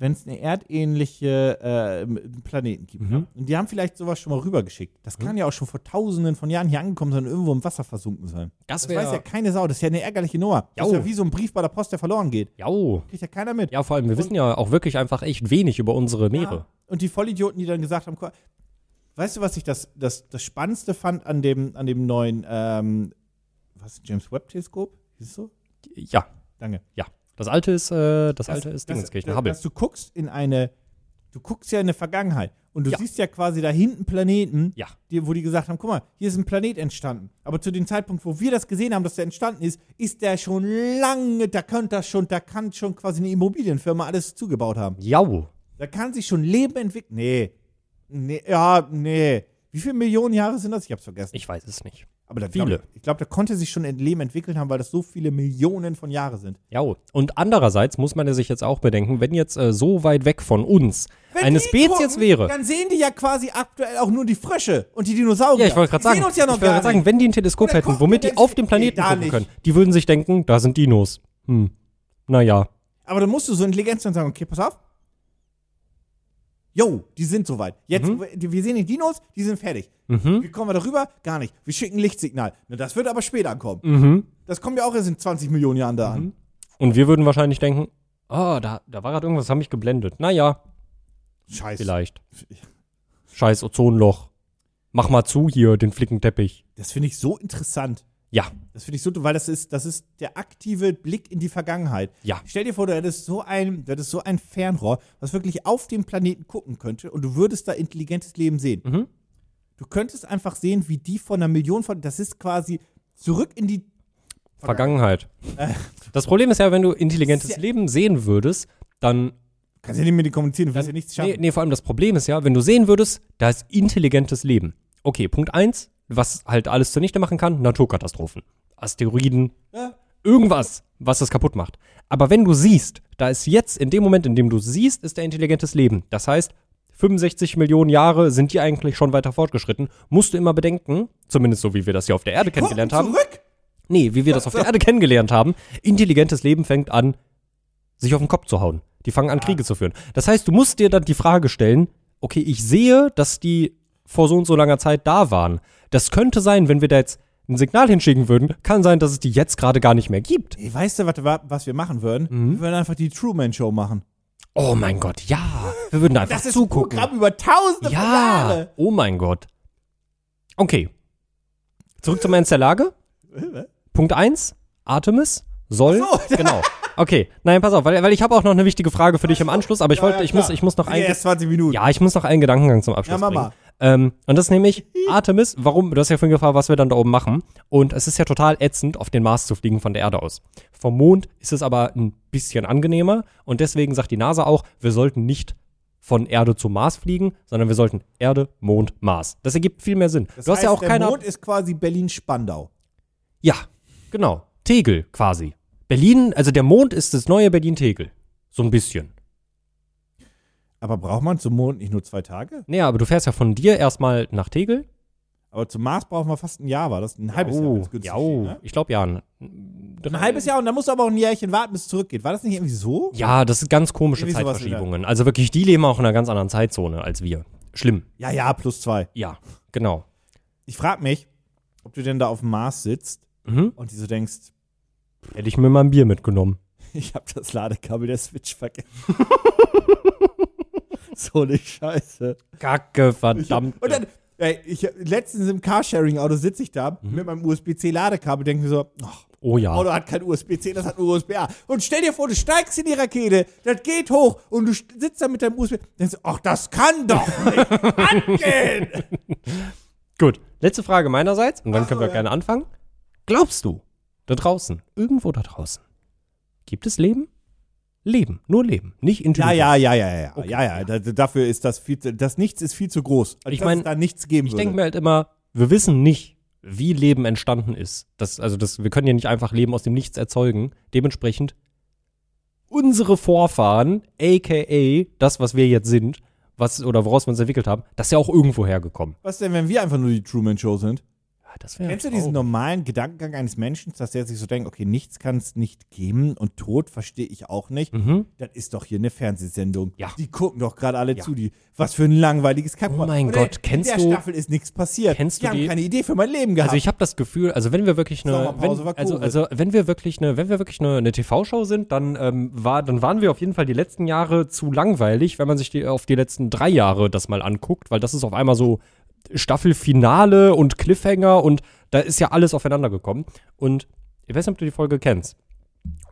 wenn es eine erdähnliche äh, m- Planeten gibt,
Mhm.
ne? und die haben vielleicht sowas schon mal rübergeschickt. Das kann ja auch schon vor Tausenden von Jahren hier angekommen sein und irgendwo im Wasser versunken sein.
Das
Das weiß ja
wäre
keine Sau. Das ist ja eine ärgerliche Nummer. Das ist
Jau.
ja wie so ein Brief bei der Post, der verloren geht.
ja, oh. ja.
Kriegt ja keiner mit. Ah.
vor allem wir wissen ja auch wirklich einfach echt wenig über unsere Meere.
Und die Vollidioten, die dann gesagt haben, guck, weißt du, was ich das, das, das Spannendste fand an dem, an dem neuen, ähm, was, James Webb-Teleskop? Ist es so?
Ja,
Danke.
ja. Das alte ist äh, das,
Das-
alte ist
das-
Dingenskirchen
das-
Hubble.
Dass du guckst in eine, du guckst ja in eine Vergangenheit und du
Ja.
siehst ja quasi da hinten Planeten,
Ja.
die, wo die gesagt haben, guck mal, hier ist ein Planet entstanden. Aber zu dem Zeitpunkt, wo wir das gesehen haben, dass der entstanden ist, ist der schon lange, da könnte das schon, da kann schon quasi eine Immobilienfirma alles zugebaut haben.
Jau.
Da kann sich schon Leben entwickeln. Nee. Nee, ja, nee. Wie viele Millionen Jahre sind das? Ich hab's vergessen.
Ich weiß es nicht.
Aber da,
viele.
Glaub, ich glaube, da konnte sich schon ein Leben entwickelt haben, weil das so viele Millionen von Jahre sind.
Jau. oh. Und andererseits muss man ja sich jetzt auch bedenken, wenn jetzt äh, so weit weg von uns
Wenn
eine
die
Spezies
gucken,
wäre.
Dann sehen die ja quasi aktuell auch nur die Frösche und die Dinosaurier.
Ja, ich wollte gerade
Die
sagen,
sehen uns ja noch
ich wollte
gar
gerade sagen,
nicht.
wenn die ein Teleskop
Oder
hätten,
gucken,
womit
wenn
die
sie-
auf dem
Nee,
Planeten
da
gucken
nicht.
können, die würden sich denken, da sind Dinos. Hm. Naja.
Aber dann musst du so intelligent sein und sagen, okay, pass auf. Jo, die sind soweit. Jetzt,
Mhm.
die- wir sehen die Dinos, die sind fertig. Wie kommen wir darüber? Gar nicht. Wir schicken ein Lichtsignal. Na, das wird aber später ankommen.
Mhm.
Das kommt ja auch erst in 20 Millionen Jahren da an.
Und wir würden wahrscheinlich denken, oh, da, da war gerade irgendwas, das hat mich geblendet. Naja,
Scheiße.
vielleicht. Scheiß Ozonloch. Mach mal zu hier, den Flickenteppich.
Das finde ich so interessant.
Ja,
Das finde ich so, weil das ist, das ist der aktive Blick in die Vergangenheit.
Ja.
Stell dir vor, du hättest so ein, du hättest so ein Fernrohr, was wirklich auf den Planeten gucken könnte und du würdest da intelligentes Leben sehen.
Mhm.
Du könntest einfach sehen, wie die von einer Million von, das ist quasi zurück in die,
Vergangenheit. Das Problem ist ja, wenn du intelligentes
Sehr-
Leben sehen würdest, dann.
kannst ja nicht mit dir kommunizieren, du wirst ja nichts schaffen.
Nee, nee, vor allem das Problem ist ja, wenn du sehen würdest, da ist intelligentes Leben. Okay, Punkt eins, was halt alles zunichte machen kann: Naturkatastrophen. Asteroiden,
Ja.
irgendwas, was das kaputt macht. Aber wenn du siehst, da ist jetzt in dem Moment, in dem du siehst, ist da intelligentes Leben. Das heißt, 65 Millionen Jahre sind die eigentlich schon weiter fortgeschritten. Musst du immer bedenken, zumindest so wie wir das hier auf der Erde kennengelernt
Gucken
haben.
Zurück.
Nee, wie wir das auf der Erde kennengelernt haben. Intelligentes Leben fängt an, sich auf den Kopf zu hauen. Die fangen an, Kriege zu führen. Das heißt, du musst dir dann die Frage stellen, okay, ich sehe, dass die vor so und so langer Zeit da waren. Das könnte sein, wenn wir da jetzt ein Signal hinschicken würden, kann sein, dass es die jetzt gerade gar nicht mehr gibt. Mhm.
Ey, weißt du, was, was wir machen würden? Wir würden einfach die Truman Show machen.
Oh mein Gott, ja. Wir würden einfach
Das ist ein
zugucken.
Programm über tausende von
Ja,
Jahre.
oh mein Gott. Okay. Zurück zum Ernst der Lage. Punkt 1, Artemis soll.
so.
Genau. Okay, nein, pass auf, weil, weil ich habe auch noch eine wichtige Frage für dich im Anschluss, aber ich wollte, ich muss, ich muss noch ein,
Erst 20 Minuten.
ja, ich muss noch einen Gedankengang zum Abschluss
Ja, mach
bringen.
mal.
Ähm, und das ist nämlich Artemis, warum, du hast ja vorhin gefragt, was wir dann da oben machen. Und es ist ja total ätzend, auf den Mars zu fliegen von der Erde aus. Vom Mond ist es aber ein bisschen angenehmer und deswegen sagt die NASA auch, wir sollten nicht von Erde zum Mars fliegen, sondern wir sollten Erde, Mond, Mars. Das ergibt viel mehr Sinn.
Das
du hast
heißt,
ja auch
der
keine
Mond ist quasi Berlin-Spandau.
ja, genau. Tegel quasi. Berlin, also der Mond ist das neue Berlin-Tegel. So ein bisschen.
Aber braucht man zum Mond nicht nur zwei Tage?
Naja, aber du fährst ja von dir erstmal nach Tegel. Oh,
Aber zum Mars brauchen wir fast ein Jahr, war das? Ein halbes Jahr, wenn es günstig
ja,
steht, ne?
ich glaube ja. Ein,
Ein halbes Jahr und dann musst du aber auch ein Jährchen warten, bis es zurückgeht. War das nicht irgendwie so?
Ja, das sind ganz komische
Irgendwie sowas
Zeitverschiebungen. Also wirklich, die leben auch in einer ganz anderen Zeitzone als wir. Schlimm.
Ja, ja, plus zwei.
Ja, genau.
Ich frage mich, ob du denn da auf dem Mars sitzt
Mhm.
und dir so denkst,
Hätte ich mir mal ein Bier mitgenommen.
ich habe das Ladekabel der Switch vergessen. so eine Scheiße.
Kacke, verdammt.
Und dann, ey, ich, letztens im Carsharing-Auto sitze ich da mit meinem USB-C-Ladekabel, denke mir so, ach,
oh ja.
Auto hat kein USB-C, das hat nur USB-A. Und stell dir vor, du steigst in die Rakete, das geht hoch und du st- sitzt da mit deinem USB. Denkst, du, ach, das kann doch nicht angehen.
Gut. Letzte Frage meinerseits und dann
Ach so,
können wir
ja.
gerne anfangen. Glaubst du, da draußen, irgendwo da draußen, gibt es Leben? Leben, nur Leben, nicht
Ja,
Intelligenz.
ja, ja, ja, ja, ja, ja, ja. da- Dafür ist das viel, zu- das Nichts ist viel zu groß. Also,
Ich
dass
mein,
es da nichts geben
Ich
würde.
denke mir halt immer, wir wissen nicht, wie Leben entstanden ist. Das, also das, wir können ja nicht einfach Leben aus dem Nichts erzeugen. Dementsprechend unsere Vorfahren, aka das, was wir jetzt sind, was oder woraus wir uns entwickelt haben, das ist ja auch irgendwo hergekommen.
Was denn, wenn wir einfach nur die Truman Show sind?
Ja, das wäre
Kennst du diesen normalen Gedankengang eines Menschen, dass der sich so denkt, okay, nichts kann es nicht geben und Tod verstehe ich auch nicht.
Mhm.
Das ist doch hier eine Fernsehsendung.
Ja.
Die gucken doch gerade alle zu. Die, was für ein langweiliges Kack.
Oh mein
Und
Gott,
in
kennst
der
du-
In der Staffel ist nichts passiert.
Kennst
die
du
haben
die-
keine Idee für mein Leben gehabt.
Also ich habe das Gefühl, also wenn wir wirklich eine,
Sommerpause
wenn,
war
also,
Covid.
also wenn wir wirklich eine, wenn wir wirklich eine, eine TV-Show sind, dann ähm, war, dann waren wir auf jeden Fall die letzten Jahre zu langweilig, wenn man sich die, auf die letzten drei Jahre das mal anguckt, weil das ist auf einmal so Staffelfinale und Cliffhanger und da ist ja alles aufeinander gekommen. Und ich weiß nicht, ob du die Folge kennst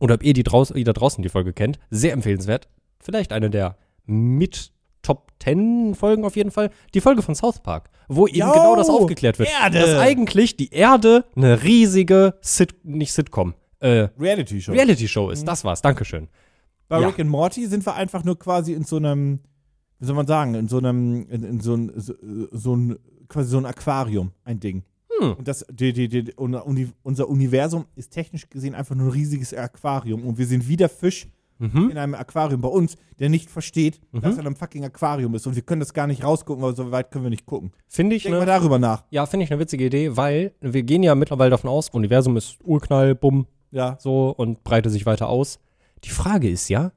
oder ob ihr die draus, ihr da draußen die Folge kennt, sehr empfehlenswert. Vielleicht eine der mit Top 10 Folgen auf jeden Fall. Die Folge von South Park, wo eben
Jo,
genau das aufgeklärt wird.
Erde.
Dass eigentlich die Erde eine riesige Sit nicht Sitcom, äh,
Reality-Show.
Reality-Show
Mhm.
ist. Das war's. Dankeschön.
Bei
ja.
Rick and Morty sind wir einfach nur quasi in so einem, wie soll man sagen, in so einem, in, in so ein, so, so ein, quasi so ein Aquarium, ein Ding.
Hm.
Und das, die, die, die, unser, Uni- unser Universum ist technisch gesehen einfach nur ein riesiges Aquarium und wir sind wie der Fisch
Mhm.
in einem Aquarium bei uns, der nicht versteht, dass er in einem fucking Aquarium ist und wir können das gar nicht rausgucken, weil so weit können wir nicht gucken.
Finde ich,
Denk
ne,
mal darüber nach.
ja, finde ich eine witzige Idee, weil wir gehen ja mittlerweile davon aus, Universum ist Urknall, bumm,
Ja.
so und breitet sich weiter aus. Die Frage ist ja,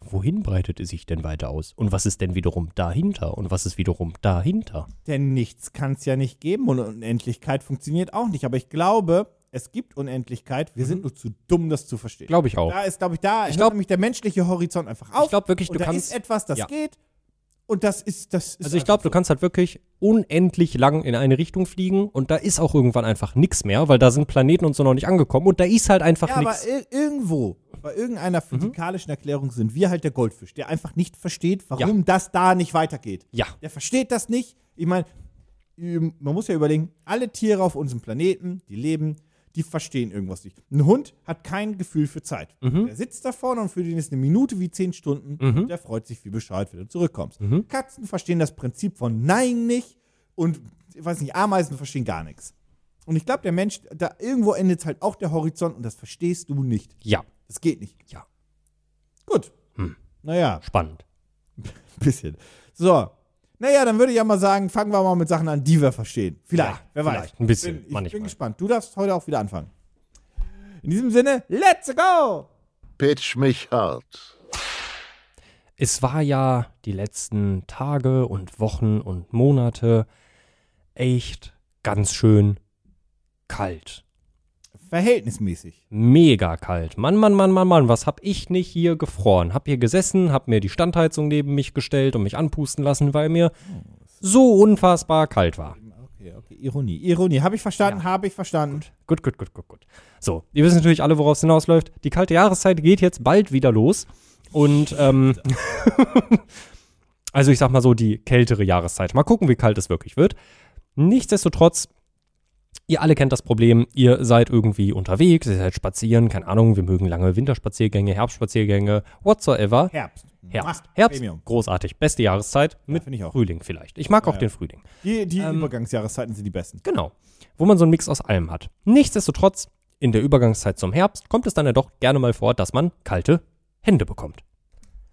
wohin breitet es sich denn weiter aus? Und was ist denn wiederum dahinter? Und was ist wiederum dahinter?
Denn nichts kann es ja nicht geben und Unendlichkeit funktioniert auch nicht. Aber ich glaube, es gibt Unendlichkeit.
Mhm.
Wir sind nur zu dumm, das zu verstehen.
Glaube ich auch.
Da ist, glaube ich, da ich
glaub-
glaub, nämlich der menschliche Horizont einfach auf.
Ich glaube wirklich,
und
du
da
kannst.
ist etwas, das
ja.
geht. Und das ist, das ist
Also ich glaube, du kannst halt wirklich unendlich lang in eine Richtung fliegen und da ist auch irgendwann einfach nichts mehr, weil da sind Planeten und so noch nicht angekommen und da ist halt einfach
Ja, aber
nichts.
ir irgendwo, bei irgendeiner
Mhm.
physikalischen Erklärung sind wir halt der Goldfisch, der einfach nicht versteht, warum das da nicht weitergeht.
Ja,
Der versteht das nicht. Ich meine, ähm, man muss ja überlegen, alle Tiere auf unserem Planeten, die leben, die verstehen irgendwas nicht. Ein Hund hat kein Gefühl für Zeit. Der sitzt da vorne und für den ist eine Minute wie zehn Stunden und der freut sich wie Bescheid, wenn du zurückkommst. Katzen verstehen das Prinzip von Nein nicht und, ich weiß nicht, Ameisen verstehen gar nichts. Und ich glaube, der Mensch, da irgendwo endet halt auch der Horizont und das verstehst du nicht.
ja,
Das geht nicht.
ja.
Gut. Naja.
Spannend.
Bisschen. So. Naja, dann würde ich ja mal sagen, fangen wir mal mit Sachen an, die wir verstehen. Vielleicht.
Ja,
wer
vielleicht.
weiß.
Ein bisschen,
Bin, ich
manchmal.
bin gespannt. Du darfst heute auch wieder anfangen. In diesem Sinne, let's go!
Pitch mich hart.
Es war ja die letzten Tage und Wochen und Monate echt ganz schön kalt.
Verhältnismäßig.
Mega kalt. Mann, Mann, Mann, Mann, Mann, was hab ich nicht hier gefroren? Hab hier gesessen, hab mir die Standheizung neben mich gestellt und mich anpusten lassen, weil mir so unfassbar kalt war.
Okay, okay. Ironie. Ironie. Habe ich verstanden, habe ich verstanden.
Gut, gut, gut, gut, gut. So, ihr wisst natürlich alle, worauf es hinausläuft. Die kalte Jahreszeit geht jetzt bald wieder los. Und, ähm, also ich sag mal so, die kältere Jahreszeit. Mal gucken, wie kalt es wirklich wird. Nichtsdestotrotz, ihr alle kennt das Problem, ihr seid irgendwie unterwegs, ihr seid spazieren, keine Ahnung, wir mögen lange Winterspaziergänge, Herbstspaziergänge, whatsoever.
Herbst.
Herbst.
Ah,
Herbst,
Premium.
großartig. Beste Jahreszeit mit
finde ich auch.
Frühling vielleicht. Ich mag auch
ja.
den Frühling.
Die, die
Ähm.
Übergangsjahreszeiten sind die besten.
Genau. Wo man so einen Mix aus allem hat. Nichtsdestotrotz, in der Übergangszeit zum Herbst kommt es dann ja doch gerne mal vor, dass man kalte Hände bekommt.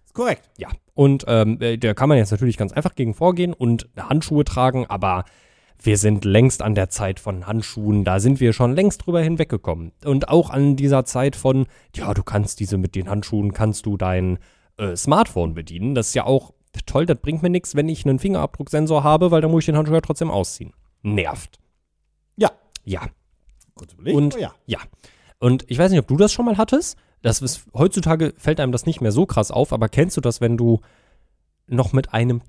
Ist korrekt.
Ja. Und ähm, äh, da kann man jetzt natürlich ganz einfach gegen vorgehen und Handschuhe tragen, aber wir sind längst an der Zeit von Handschuhen. Da sind wir schon längst drüber hinweggekommen. Und auch an dieser Zeit von, ja, du kannst diese mit den Handschuhen, kannst du dein äh, Smartphone bedienen. Das ist ja auch toll, das bringt mir nichts, wenn ich einen Fingerabdrucksensor habe, weil dann muss ich den Handschuh ja trotzdem ausziehen. Nervt.
Ja.
Ja.
Kurz überlegt.
Und-
oh, ja.
Ja. Und ich weiß nicht, ob du das schon mal hattest. Das ist, heutzutage fällt einem das nicht mehr so krass auf, aber kennst du das, wenn du noch mit einem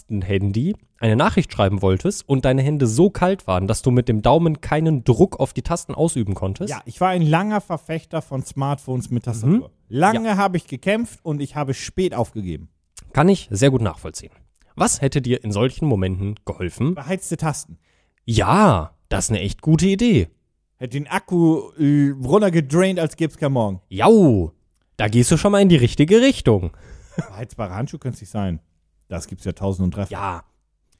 Tastenhandy eine Nachricht schreiben wolltest und deine Hände so kalt waren, dass du mit dem Daumen keinen Druck auf die Tasten ausüben konntest?
ja, ich war ein langer Verfechter von Smartphones mit
Mhm.
Tastatur. Lange habe ich gekämpft und ich habe spät aufgegeben.
Kann ich sehr gut nachvollziehen. Was hätte dir in solchen Momenten geholfen?
Beheizte Tasten.
Ja, das ist eine echt gute Idee.
Hätte den Akku äh, runtergedraint, als gäbe es kein Morgen.
Jau, da gehst du schon mal in die richtige Richtung.
Beheizbare Handschuhe können es nicht sein. Das gibt es ja tausend und drei.
Ja.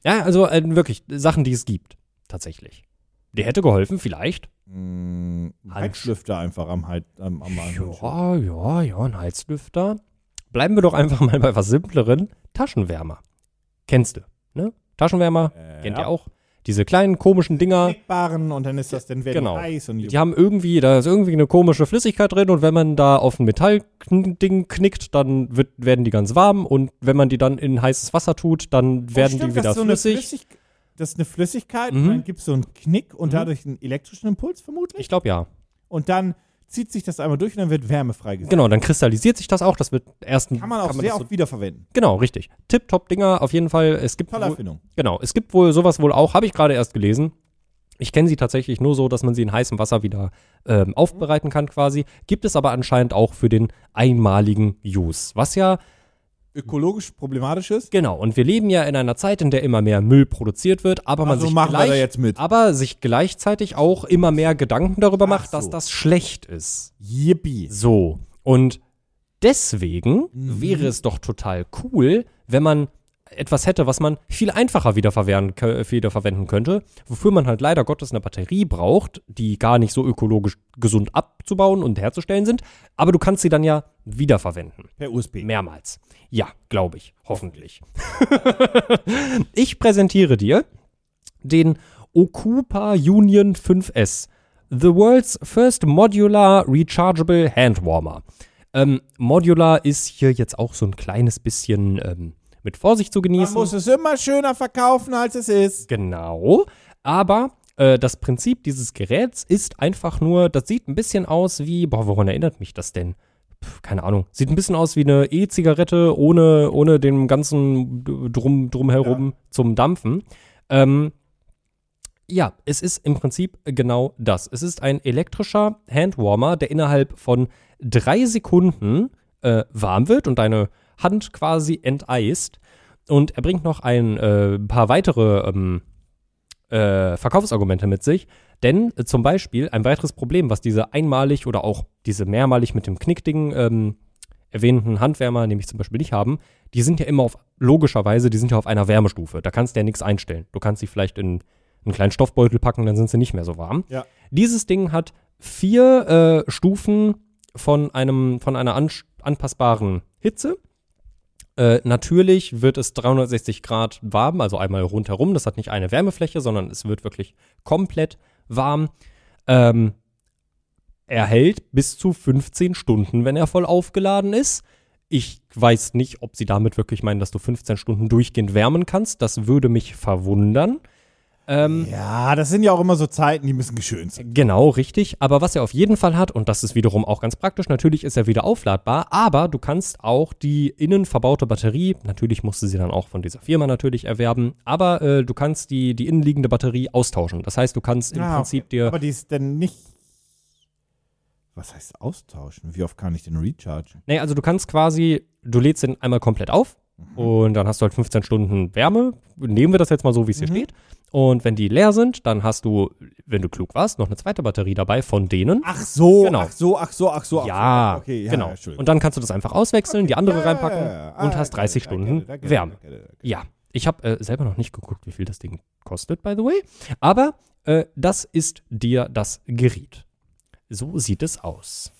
Ja, also äh, wirklich, Sachen, die es gibt, tatsächlich. Der hätte geholfen, vielleicht.
Mm, Heizlüfter einfach am, Heiz, am, am Handschuh.
Ja, ja, ja, ein Heizlüfter. Bleiben wir doch einfach mal bei was Simpleren. Taschenwärmer. Kennst du, ne? Taschenwärmer,
Äh,
kennt
ja.
ihr auch. Diese kleinen komischen Dinger,
Knickbaren und dann ist das dann werden die
Genau.
heiß und
die haben irgendwie, da ist irgendwie eine komische Flüssigkeit drin und wenn man da auf ein Metallding knickt, dann wird, werden die ganz warm und wenn man die dann in heißes Wasser tut, dann werden
Oh, stimmt,
die wieder
das ist so eine
flüssig.
Flüssig das ist eine Flüssigkeit
Mhm.
und dann gibt es so einen Knick und dadurch einen elektrischen Impuls vermutlich.
Ich glaube ja.
Und dann zieht sich das einmal durch und dann wird Wärme freigesetzt.
Genau, dann kristallisiert sich das auch. Das wird erst
Kann man
Genau.
auch
das
sehr
so-
oft wiederverwenden.
Genau, richtig. Tipptopp-Dinger, auf jeden Fall. Es gibt
Tolle
wohl,
Erfindung.
genau, es gibt wohl sowas wohl auch, habe ich gerade erst gelesen. Ich kenne sie tatsächlich nur so, dass man sie in heißem Wasser wieder ähm, aufbereiten kann quasi. Gibt es aber anscheinend auch für den einmaligen Use. Was ja,
Ökologisch problematisch ist.
genau, und wir leben ja in einer Zeit, in der immer mehr Müll produziert wird, aber man
Also
sich
machen wir
gleich,
da jetzt mit.
aber sich gleichzeitig auch immer mehr Gedanken darüber macht, dass
so.
das schlecht ist.
Yippie. Mhm.
So. Und deswegen wäre es doch total cool, wenn man etwas hätte, was man viel einfacher wiederverwerten, kö- wiederverwenden könnte, wofür man halt leider Gottes eine Batterie braucht, die gar nicht so ökologisch gesund abzubauen und herzustellen sind, aber du kannst sie dann ja wiederverwenden.
Per USB.
Mehrmals. Ja, glaube ich. Hoffentlich. ich präsentiere dir den Okupa Union 5S. The world's first modular rechargeable hand warmer. Ähm, modular ist hier jetzt auch so ein kleines bisschen ähm, mit Vorsicht zu
Man
genießen.
muss es immer schöner verkaufen, als es ist.
Genau. Aber äh, das Prinzip dieses Geräts ist einfach nur, das sieht ein bisschen aus wie, boah, woran erinnert mich das denn? Puh, keine Ahnung. Sieht ein bisschen aus wie eine E-Zigarette ohne, ohne den ganzen D- drum, drumherum zum Dampfen. Ähm, ja, es ist im Prinzip genau das. Es ist ein elektrischer Handwarmer, der innerhalb von drei Sekunden äh, warm wird und deine Hand quasi enteist. Und er bringt noch ein äh, paar weitere ähm, äh, Verkaufsargumente mit sich. Denn äh, zum Beispiel ein weiteres Problem, was diese einmalig oder auch diese mehrmalig mit dem Knickding ähm, erwähnten Handwärmer nämlich zum Beispiel nicht haben, die sind ja immer auf, logischerweise, die sind ja auf einer Wärmestufe. Da kannst du ja nichts einstellen. Du kannst sie vielleicht in einen kleinen Stoffbeutel packen, dann sind sie nicht mehr so warm.
Ja.
Dieses Ding hat vier äh, Stufen von, einem, von einer an, anpassbaren Hitze. Äh, natürlich wird es 360 Grad warm, also einmal rundherum. Das hat nicht eine Wärmefläche, sondern es wird wirklich komplett warm. Ähm, er hält bis zu 15 Stunden, wenn er voll aufgeladen ist. Ich weiß nicht, ob sie damit wirklich meinen, dass du 15 Stunden durchgehend wärmen kannst. Das würde mich verwundern. Ähm,
Ja, das sind ja auch immer so Zeiten, die müssen geschönt sein.
Genau, richtig. Aber was er auf jeden Fall hat, und das ist wiederum auch ganz praktisch, natürlich ist er wieder aufladbar, aber du kannst auch die innen verbaute Batterie, natürlich musst du sie dann auch von dieser Firma natürlich erwerben, aber äh, du kannst die, die innenliegende Batterie austauschen. Das heißt, du kannst im
Ah,
Prinzip
okay.
dir.
Aber die ist denn nicht. Was heißt austauschen? Wie oft kann ich den rechargen?
Nee, also du kannst quasi, du lädst den einmal komplett auf
Mhm.
und dann hast du halt 15 Stunden Wärme. Nehmen wir das jetzt mal so, wie es hier
Mhm.
steht. Und wenn die leer sind, dann hast du, wenn du klug warst, noch eine zweite Batterie dabei von denen.
Ach so,
Genau.
ach so, ach so, ach so. ach
Ja,
so. okay, ja,
genau.
ja, Entschuldigung.
und dann kannst du das einfach auswechseln, die andere
Ja,
reinpacken
ja, ja.
und
Ah,
hast
I get
30
it, I
Stunden
get it, I get it,
Wärme.
I get it, I get it.
Ja, ich habe äh, selber noch nicht geguckt, wie viel das Ding kostet, by the way. Aber äh, das ist dir das Gerät. So sieht es aus.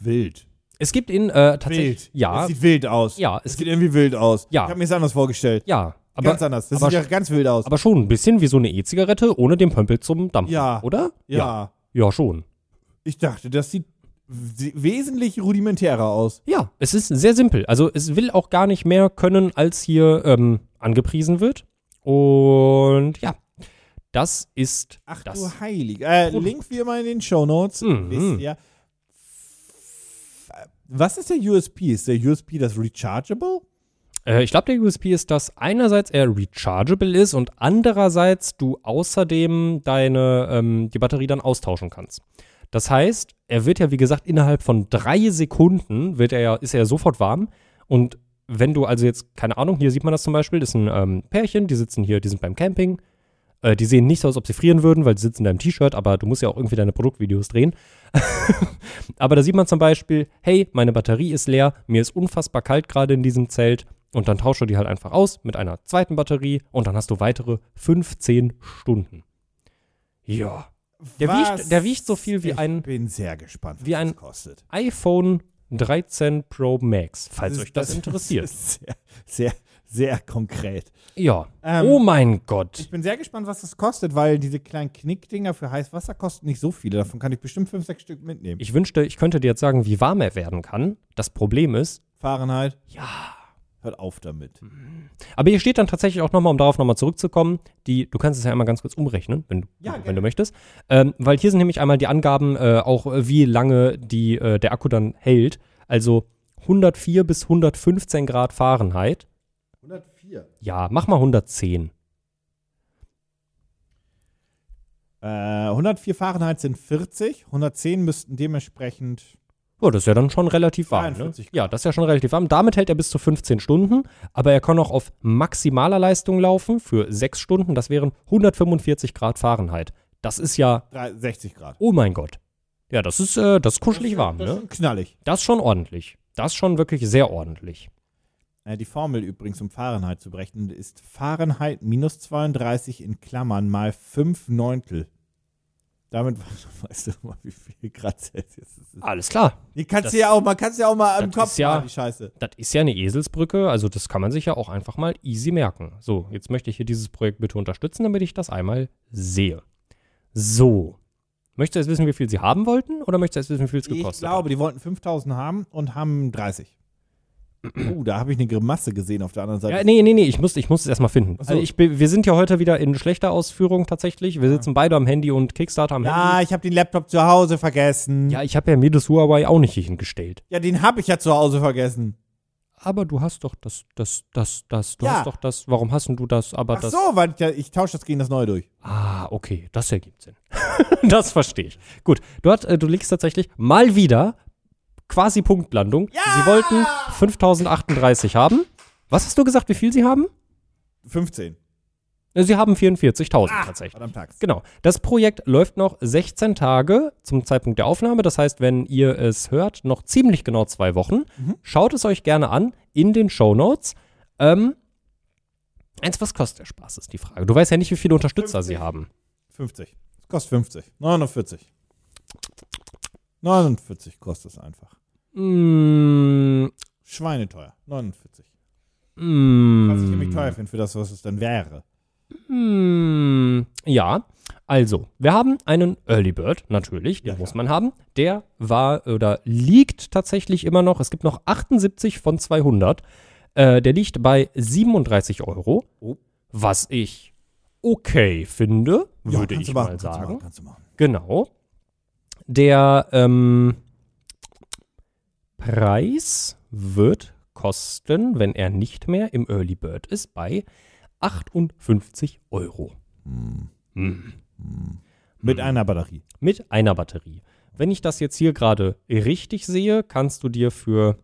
Wild.
Es gibt ihn äh, tatsächlich.
Wild.
Ja,
Es sieht wild aus.
Ja, es
es sieht irgendwie wild aus.
Ja.
Ich habe mir es anders vorgestellt.
ja. Aber,
ganz anders. Das
aber,
sieht ja ganz wild aus.
aber schon ein bisschen wie so eine E-Zigarette ohne den Pömpel zum Dampfen,
Ja.
oder?
ja.
Ja, schon.
Ich dachte, das sieht w- wesentlich rudimentärer aus.
Ja, es ist sehr simpel. Also es will auch gar nicht mehr können, als hier ähm, angepriesen wird. Und ja, das ist
Ach
das.
du Heilig. Äh,
Produkt.
Link wie immer in den Shownotes.
Mhm.
Wisst ihr. Was ist der USP? Ist der USP das Rechargeable?
Äh, ich glaube, der USP ist, dass einerseits er rechargeable ist und andererseits du außerdem deine, ähm, die Batterie dann austauschen kannst. Das heißt, er wird ja, wie gesagt, innerhalb von drei Sekunden wird er, ja- ist er ja sofort warm und wenn du also jetzt, keine Ahnung, hier sieht man das zum Beispiel, das ist ein ähm, Pärchen, die sitzen hier, die sind beim Camping, äh, die sehen nicht so aus, ob sie frieren würden, weil sie sitzen in deinem T-Shirt, aber du musst ja auch irgendwie deine Produktvideos drehen. Aber da sieht man zum Beispiel, hey, meine Batterie ist leer, mir ist unfassbar kalt gerade in diesem Zelt. Und dann tausche die halt einfach aus mit einer zweiten Batterie und dann hast du weitere 15 Stunden. Ja. Der
Was?
wiegt, der wiegt so viel wie ein
Ich bin sehr gespannt, was
wie ein-
das kostet.
iPhone 13 Pro Max, falls euch das, interessiert.
ist sehr, sehr, sehr konkret.
Ja.
Ähm,
oh mein Gott.
Ich bin sehr gespannt, was das kostet, weil diese kleinen Knickdinger für heiß Wasser kosten nicht so viele. Davon kann ich bestimmt fünf, sechs Stück mitnehmen.
Ich wünschte, ich könnte dir jetzt sagen, wie warm er werden kann. Das Problem ist,
Fahrenheit,
ja, Hm.
hört auf damit.
Aber hier steht dann tatsächlich auch nochmal, um darauf nochmal zurückzukommen, die, du kannst es ja einmal ganz kurz umrechnen, wenn, du-
Ja, gerne.
wenn du möchtest. Ähm, weil hier sind nämlich einmal die Angaben, äh, auch äh, wie lange die, äh, der Akku dann hält. Also 104 bis 115 Grad Fahrenheit.
104.
Ja, mach mal 110.
Äh, 104 Fahrenheit sind 40, 110 müssten dementsprechend.
Ja, das ist ja dann schon relativ warm. Ne?
43 Grad.
Ja, das ist ja schon relativ warm. Damit hält er bis zu 15 Stunden, aber er kann auch auf maximaler Leistung laufen für 6 Stunden. Das wären 145 Grad Fahrenheit. Das ist ja,
drei- 60 Grad.
oh mein Gott. Ja, das ist, äh, das ist kuschelig warm,
Das
ne?
ist schon knallig.
Das schon ordentlich. Das schon wirklich sehr ordentlich.
Äh, die Formel übrigens, um Fahrenheit zu berechnen, ist Fahrenheit minus 32 in Klammern mal 5 Neuntel. Damit weißt du mal, wie viel Grad Celsius es ist.
Alles klar.
Hier kannst
Das-
du ja auch, man kann es ja auch mal im
das
Kopf
ist ja-
machen, die Scheiße.
Das ist ja eine Eselsbrücke, also das kann man sich ja auch einfach mal easy merken. So, jetzt möchte ich hier dieses Projekt bitte unterstützen, damit ich das einmal sehe. So. Möchtest du jetzt wissen, wie viel sie haben wollten oder möchtest du jetzt wissen, wie viel es
Ich
gekostet
glaube, die wollten 5000 haben und haben 30. Oh, da habe ich eine Grimasse gesehen auf der anderen
hat?
Seite.
Ja, nee, nee, nee, ich muss, ich muss es erstmal finden.
Ach so.
Also ich, bin- wir sind ja heute wieder in schlechter Ausführung tatsächlich. Wir sitzen beide am Handy und Kickstarter am Handy.
ja, ich habe den Laptop zu Hause vergessen.
Ja, ich habe ja mir das Huawei auch nicht hingestellt.
Ja, den habe ich ja zu Hause vergessen.
Aber du hast doch das, das, das, das, du
Ja.
hast doch das, warum hast denn du das, aber
Ach
das.
so, weil ich, ja- ich tausche das gegen das neue durch.
Ah, okay, das ergibt Sinn. das verstehe ich. Gut, du, hat, äh, du liegst tatsächlich mal wieder quasi Punktlandung.
Ja!
Sie wollten 5038 haben. Was hast du gesagt, wie viel sie haben?
15
Äh, Sie haben 44.000 tatsächlich.
war am Tag.
Genau. Das Projekt läuft noch 16 Tage zum Zeitpunkt der Aufnahme. Das heißt, wenn ihr es hört, noch ziemlich genau zwei Wochen. Schaut es euch gerne an in den Show Notes. Ähm, eins, was kostet der Spaß, ist die Frage. Du weißt ja nicht, wie viele Unterstützer sie haben.
50. Das kostet 50. 49. 49 kostet es einfach.
Mmh,
Schweineteuer. 49.
mmh,
Was ich nämlich teuer finde für das, was es dann wäre.
Mmh, ja, also, wir haben einen Early Bird, natürlich, den
Ja,
muss
klar.
man haben. Der war oder liegt tatsächlich immer noch, es gibt noch 78 von 200. Äh, der liegt bei 37 Euro,
Oh.
was ich okay finde,
Ja,
würde
kannst
ich
du
mal
machen, kannst du
sagen.
machen, Kannst du machen.
Genau. Der ähm, Preis wird kosten, wenn er nicht mehr im Early Bird ist, bei 58 Euro. Hm.
Mit einer Batterie.
Mit einer Batterie. Wenn ich das jetzt hier gerade richtig sehe, kannst du dir für.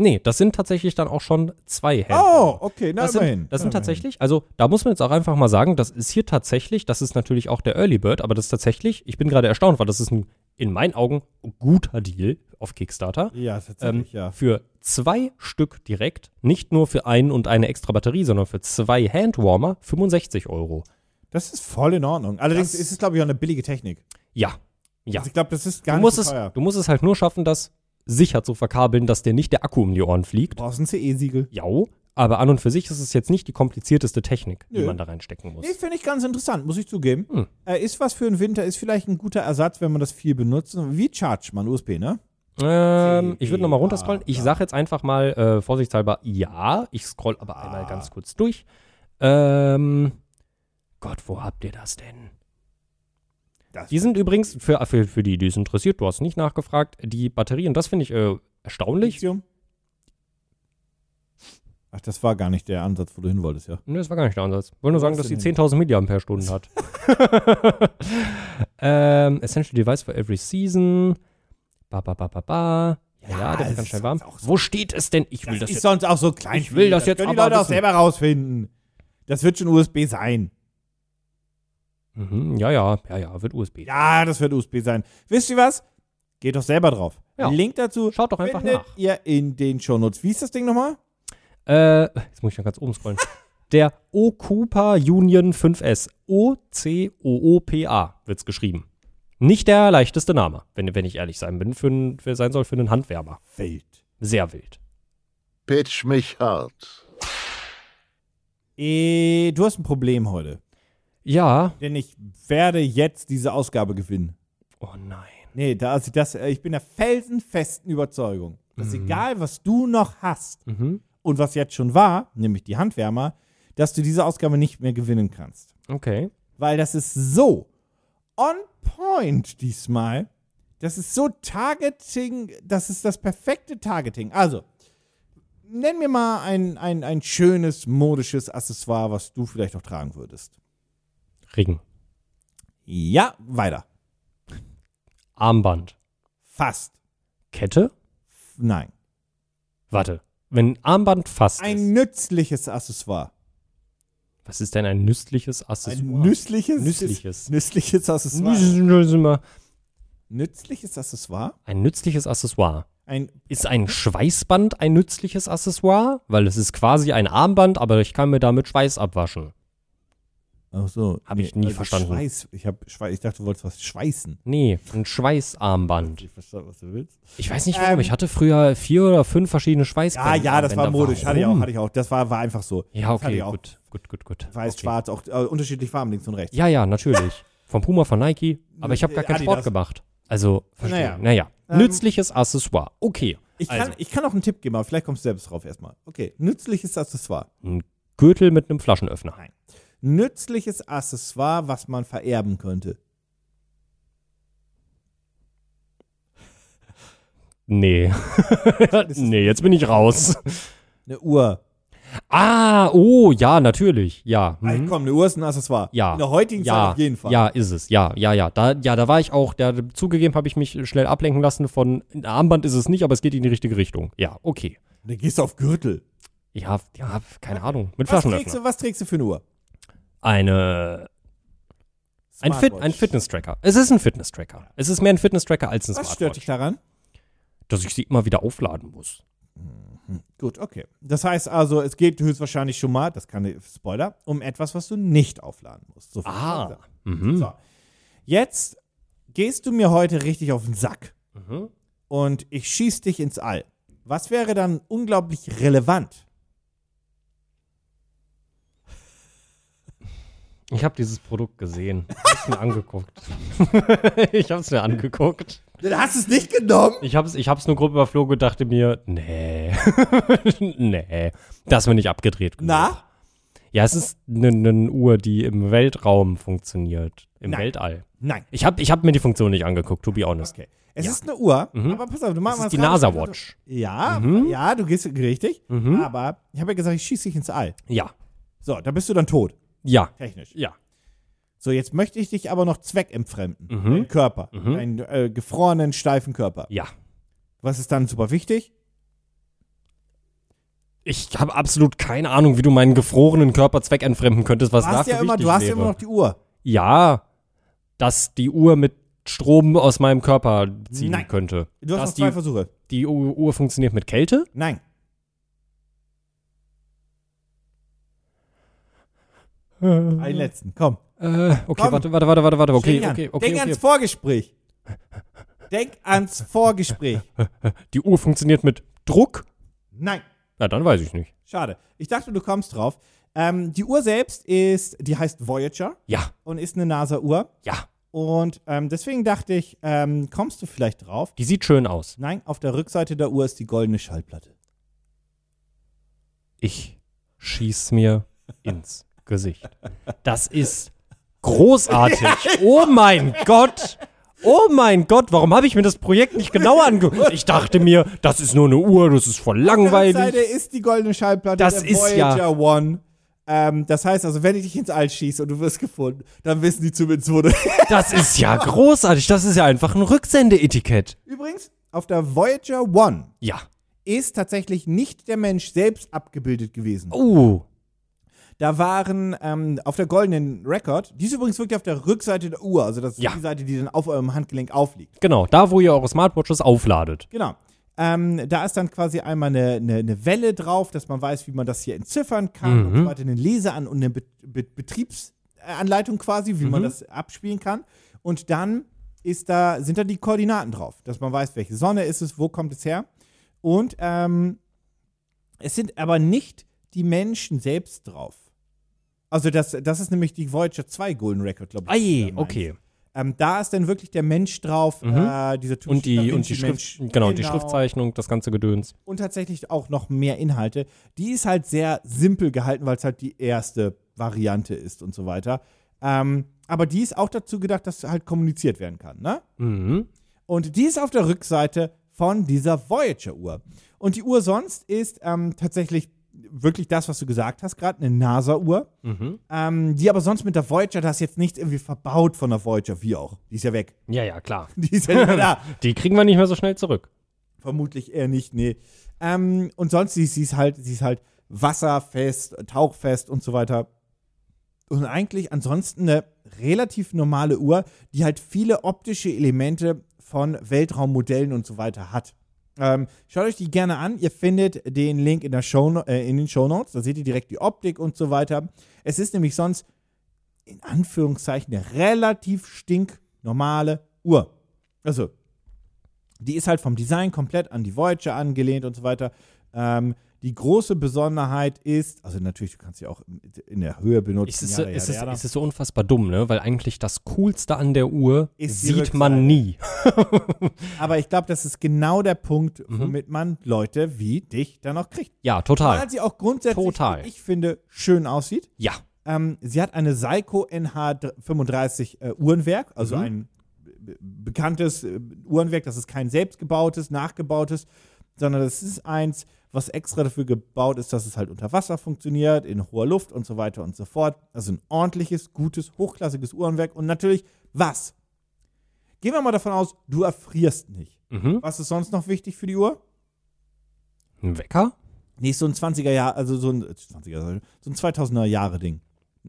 Nee, das sind tatsächlich dann auch schon zwei Handhelds.
Oh, okay, na
Äh, Das sind,
immerhin.
das sind
Na immerhin.
tatsächlich, also da muss man jetzt auch einfach mal sagen, das ist hier tatsächlich, das ist natürlich auch der Early Bird, aber das ist tatsächlich, ich bin gerade erstaunt, weil das ist ein, in meinen Augen guter Deal auf Kickstarter.
Ja, tatsächlich,
Ähm,
ja.
Für zwei Stück direkt, nicht nur für einen und eine extra Batterie, sondern für zwei Handwarmer 65 Euro.
Das ist voll in Ordnung. Allerdings
Das-
ist es, glaube ich, auch eine billige Technik.
Ja, ja.
Also ich glaube, das ist gar
Du
nicht
musst,
so
es,
teuer.
du musst es halt nur schaffen, das sicher zu verkabeln, dass dir nicht der Akku um die Ohren
Du
fliegt.
brauchst ein CE-Siegel.
Ja, aber an und für sich ist es jetzt nicht die komplizierteste Technik, die
Nö.
man da reinstecken muss.
Nee, finde ich ganz interessant, muss ich zugeben.
Hm.
Äh, ist was für den Winter, ist vielleicht ein guter Ersatz, wenn man das viel benutzt. Wie charge man USB, ne?
Ähm,
CD,
ich würde nochmal runterscrollen.
ah,
Ich
ja.
sage jetzt einfach mal äh, vorsichtshalber ja. Ich scroll aber einmal
Ah.
ganz kurz durch. Ähm, Gott, wo habt ihr das denn?
Das
Die sind übrigens, für, für, für die, die es interessiert, du hast nicht nachgefragt, die Batterien, das finde ich äh, erstaunlich.
Lithium. Ach, das war gar nicht der Ansatz, wo du hin wolltest, ja.
Nö, das war gar nicht der Ansatz. Ich wollte nur
Wo
sagen, dass
ist
die
denn
10.000 mAh hat. ähm, Essential Device for Every Season. Ba, ba, ba, ba, ba. Ja, ja,
Ja,
der
das
wird ganz schnell
ist
warm.
auch so-
Wo steht es denn? Ich will das,
Das,
jetzt.
ist sonst auch so klein.
Ich will das jetzt
können die
aber
Leute auch
wissen.
selber rausfinden. Das wird schon USB sein.
Mhm, ja, ja, ja, ja, wird USB.
Ja, das wird USB sein. Wisst ihr was? Geht doch selber drauf.
Ja.
Link dazu
Schaut doch einfach
findet
nach.
ihr in den Shownotes. Wie ist das Ding nochmal?
Äh, jetzt muss ich noch ganz oben scrollen. Der Okupa Union 5S. O-C-O-O-P-A wird's geschrieben. Nicht der leichteste Name, wenn, wenn ich ehrlich sein bin, für, ein- für sein soll für einen Handwärmer.
Feld.
Sehr wild.
Pitch mich hart.
Äh, du hast ein Problem heute.
Ja.
Denn ich werde jetzt diese Ausgabe gewinnen.
Oh nein.
Nee, da, also das, äh, ich bin der felsenfesten Überzeugung, dass egal, was du noch hast
Mhm.
und was jetzt schon war, nämlich die Handwärmer, dass du diese Ausgabe nicht mehr gewinnen kannst.
Okay.
Weil das ist so on point diesmal. Das ist so Targeting, das ist das perfekte Targeting. Also, nenn mir mal ein, ein, ein schönes modisches Accessoire, was du vielleicht noch tragen würdest.
Ring.
Ja, weiter.
Armband.
Fast.
Kette?
Nein.
Warte. Wenn ein Armband fast
Ein
ist.
nützliches Accessoire.
Was ist denn ein nützliches Accessoire?
Ein nützliches,
Nützliches.
nützliches Accessoire.
Nützliches.
Nützliches Accessoire?
Ein nützliches Accessoire.
Ein,
Ist ein Schweißband ein nützliches Accessoire? Weil es ist quasi ein Armband, aber ich kann mir damit Schweiß abwaschen.
ach so. also
Hab ich nie verstanden.
Schweiß, ich, hab, Schweiß, ich dachte, du wolltest was schweißen.
Nee, ein Schweißarmband.
Ich verstehe, was du willst.
Ich weiß nicht warum,
Ähm.
ich hatte früher vier oder fünf verschiedene
Ja,
Schweißbänder.
ja, das war
Armbänder.
modisch. Hatte ich auch,
Warum?
hatte ich auch. Das war, war einfach so.
Ja,
Das hatte
okay,
ich auch.
gut, gut, gut, gut.
Weiß,
okay.
schwarz, auch äh, unterschiedlich Farben links und rechts.
Ja, ja, natürlich. Von Puma, von Nike. Aber ich habe gar
Äh,
keinen Sport
Adidas.
gemacht. Also, verstehe. Naja.
Naja.
Ähm. Nützliches Accessoire. Okay.
Ich,
also,
kann, ich kann auch einen Tipp geben, aber vielleicht kommst du selbst drauf erstmal. Okay, nützliches Accessoire.
ein Gürtel mit einem Flaschenöffner.
Nein. Nützliches Accessoire, was man vererben könnte.
Nee. nee, jetzt bin ich raus.
Eine Uhr.
Ah, oh, ja, natürlich. Ja. hm.
Ey, komm, eine Uhr ist ein Accessoire.
Ja.
In der heutigen
ja,
Zeit auf jeden Fall.
Ja, ist es. Ja, ja, ja. Da, ja, da war ich auch. Da, zugegeben habe ich mich schnell ablenken lassen von ein Armband ist es nicht, aber es geht in die richtige Richtung. Ja, okay.
Dann gehst du auf Gürtel.
Ja, ja keine Ahnung. Mit
Was trägst,
Flaschenöffner.
du, was trägst du für eine Uhr?
Eine, ein, Fit,
Smartwatch.
ein Fitness-Tracker. Es ist ein Fitness-Tracker. Es ist mehr ein Fitness-Tracker als ein
Was stört dich
Smartwatch.
daran?
Dass ich sie immer wieder aufladen muss.
Gut, okay. Das heißt also, es geht höchstwahrscheinlich schon mal, das kann Spoiler, um etwas, was du nicht aufladen musst. So viel kann
Ah.
ich sagen.
Mhm.
So. Jetzt gehst du mir heute richtig auf den Sack
Mhm.
und ich schieß dich ins All. Was wäre dann unglaublich relevant?
Ich habe dieses Produkt gesehen. Ich habe es mir angeguckt. ich habe es mir angeguckt.
Du hast es nicht genommen?
Ich hab's, ich hab's nur grob überflogen und dachte mir, nee, nee, das wird nicht abgedreht. genug.
Na?
Ja, es ist eine ne Uhr, die im Weltraum funktioniert, im
Nein.
Weltall.
Nein.
Ich hab, ich hab mir die Funktion nicht angeguckt, to be honest.
Okay. Es ist eine Uhr, aber pass auf, du machst
Das ist die NASA Watch.
Ja, ja, du gehst richtig. Aber ich habe ja gesagt, ich schieße dich ins All.
Ja,
So, da bist du dann tot,
ja,
technisch.
ja.
So, jetzt möchte ich dich aber noch zweckentfremden. Deinen Körper. Deinen äh, gefrorenen, steifen Körper.
Mhm. Ja.
Was ist dann super wichtig?
Ich habe absolut keine Ahnung, wie du meinen gefrorenen Körper zweckentfremden könntest, was
Du hast,
dafür
ja immer,
wichtig
du hast ja
wäre.
immer noch die Uhr.
ja, dass die Uhr mit Strom aus meinem Körper ziehen
Nein.
könnte.
Du
dass
hast noch zwei
die,
Versuche.
die U- Uhr funktioniert mit Kälte?
Nein. Einen letzten, komm.
Äh, okay,
Komm.
warte, warte, warte, warte, warte. Okay,
Denk an-
okay,
Denk
okay, okay.
ans Vorgespräch. Denk ans Vorgespräch.
Die Uhr funktioniert mit Druck?
Nein.
Na, dann weiß ich nicht.
Schade. Ich dachte, du kommst drauf. Ähm, die Uhr selbst ist, die heißt Voyager
Ja,
und ist eine NASA-Uhr.
ja.
Und ähm, deswegen dachte ich, ähm, kommst du vielleicht drauf?
Die sieht schön aus.
Nein, auf der Rückseite der Uhr ist die goldene Schallplatte.
Ich schieß mir ins Gesicht. Das ist großartig. Oh mein Gott. Oh mein Gott, warum habe ich mir das Projekt nicht genau angeguckt? Ich dachte mir, das ist nur eine Uhr, das ist voll
Auf der Rückseite
langweilig.
ist die goldene Schallplatte
Das
der
ist
Voyager
ja-
One. Ähm, das heißt also, wenn ich dich ins All schieße und du wirst gefunden, dann wissen die zumindest, wo du
Das ist ja großartig. Das ist ja einfach ein Rücksendeetikett.
Übrigens, auf der Voyager One
Ja.
ist tatsächlich nicht der Mensch selbst abgebildet gewesen.
Oh.
Da waren ähm, auf der goldenen Record, die ist übrigens wirklich auf der Rückseite der Uhr, also das ist
Ja.
die Seite, die dann auf eurem Handgelenk aufliegt.
Genau, da wo ihr eure Smartwatches aufladet.
Genau. Ähm, da ist dann quasi einmal eine, eine, eine Welle drauf, dass man weiß, wie man das hier entziffern kann
Mhm.
und so weiter, eine Lese an und eine Be Be Betriebsanleitung quasi, wie
Mhm.
man das abspielen kann. Und dann ist da, sind da die Koordinaten drauf, dass man weiß, welche Sonne ist es, wo kommt es her. Und ähm, es sind aber nicht die Menschen selbst drauf. Also das, das ist nämlich die Voyager 2 Golden Record, glaube ich. die du
Ei,
da meinst.
okay. Mhm.
Ähm, da ist dann wirklich der Mensch drauf, äh, dieser typische
Und die,
Da
und die
Vinci-Mensch.
Schrift, genau, die Schriftzeichnung, das ganze Gedöns.
Und tatsächlich auch noch mehr Inhalte. Die ist halt sehr simpel gehalten, weil es halt die erste Variante ist und so weiter. Ähm, aber die ist auch dazu gedacht, dass halt kommuniziert werden kann, ne?
Mhm.
Und die ist auf der Rückseite von dieser Voyager-Uhr. Und die Uhr sonst ist ähm, tatsächlich wirklich das, was du gesagt hast, gerade eine NASA-Uhr.
Mhm.
Ähm, die aber sonst mit der Voyager, das ist jetzt nicht irgendwie verbaut von der Voyager, wie auch. Die ist ja weg.
Ja, ja, klar.
Die ist ja nicht mehr da.
Die kriegen wir nicht mehr so schnell zurück.
Vermutlich eher nicht, nee. Ähm, und sonst, sie, sie, ist halt, sie ist halt wasserfest, tauchfest und so weiter. Und eigentlich ansonsten eine relativ normale Uhr, die halt viele optische Elemente von Weltraummodellen und so weiter hat. Ähm, schaut euch die gerne an. Ihr findet den Link in, der Show, äh, in den Show Notes. Da seht ihr direkt die Optik und so weiter. Es ist nämlich sonst in Anführungszeichen eine relativ stinknormale Uhr. Also die ist halt vom Design komplett an die Voyager angelehnt und so weiter. Ähm, die große Besonderheit ist, also natürlich, du kannst sie auch in der Höhe benutzen.
Es ist,
jada,
es,
jada,
ist,
jada.
es ist so unfassbar dumm, ne? Weil eigentlich das Coolste an der Uhr
Ist die
sieht
Rückseite.
man nie.
Aber ich glaube, das ist genau der Punkt,
Mhm.
womit man Leute wie dich dann auch kriegt.
Ja, total.
Weil sie auch grundsätzlich,
Total.
wie ich finde, schön aussieht.
Ja.
Ähm, sie hat eine Seiko NH35 äh, Uhrenwerk, also
Mhm.
ein be- bekanntes äh, Uhrenwerk. Das ist kein selbstgebautes, nachgebautes, sondern das ist eins, was extra dafür gebaut ist, dass es halt unter Wasser funktioniert, in hoher Luft und so weiter und so fort. Also ein ordentliches, gutes, hochklassiges Uhrenwerk. Und natürlich, was? Gehen wir mal davon aus, du erfrierst nicht.
Mhm.
Was ist sonst noch wichtig für die Uhr?
Ein Wecker?
Nee, ist so ein 20er Jahr, also so ein 20er, so ein 2000er Jahre Ding.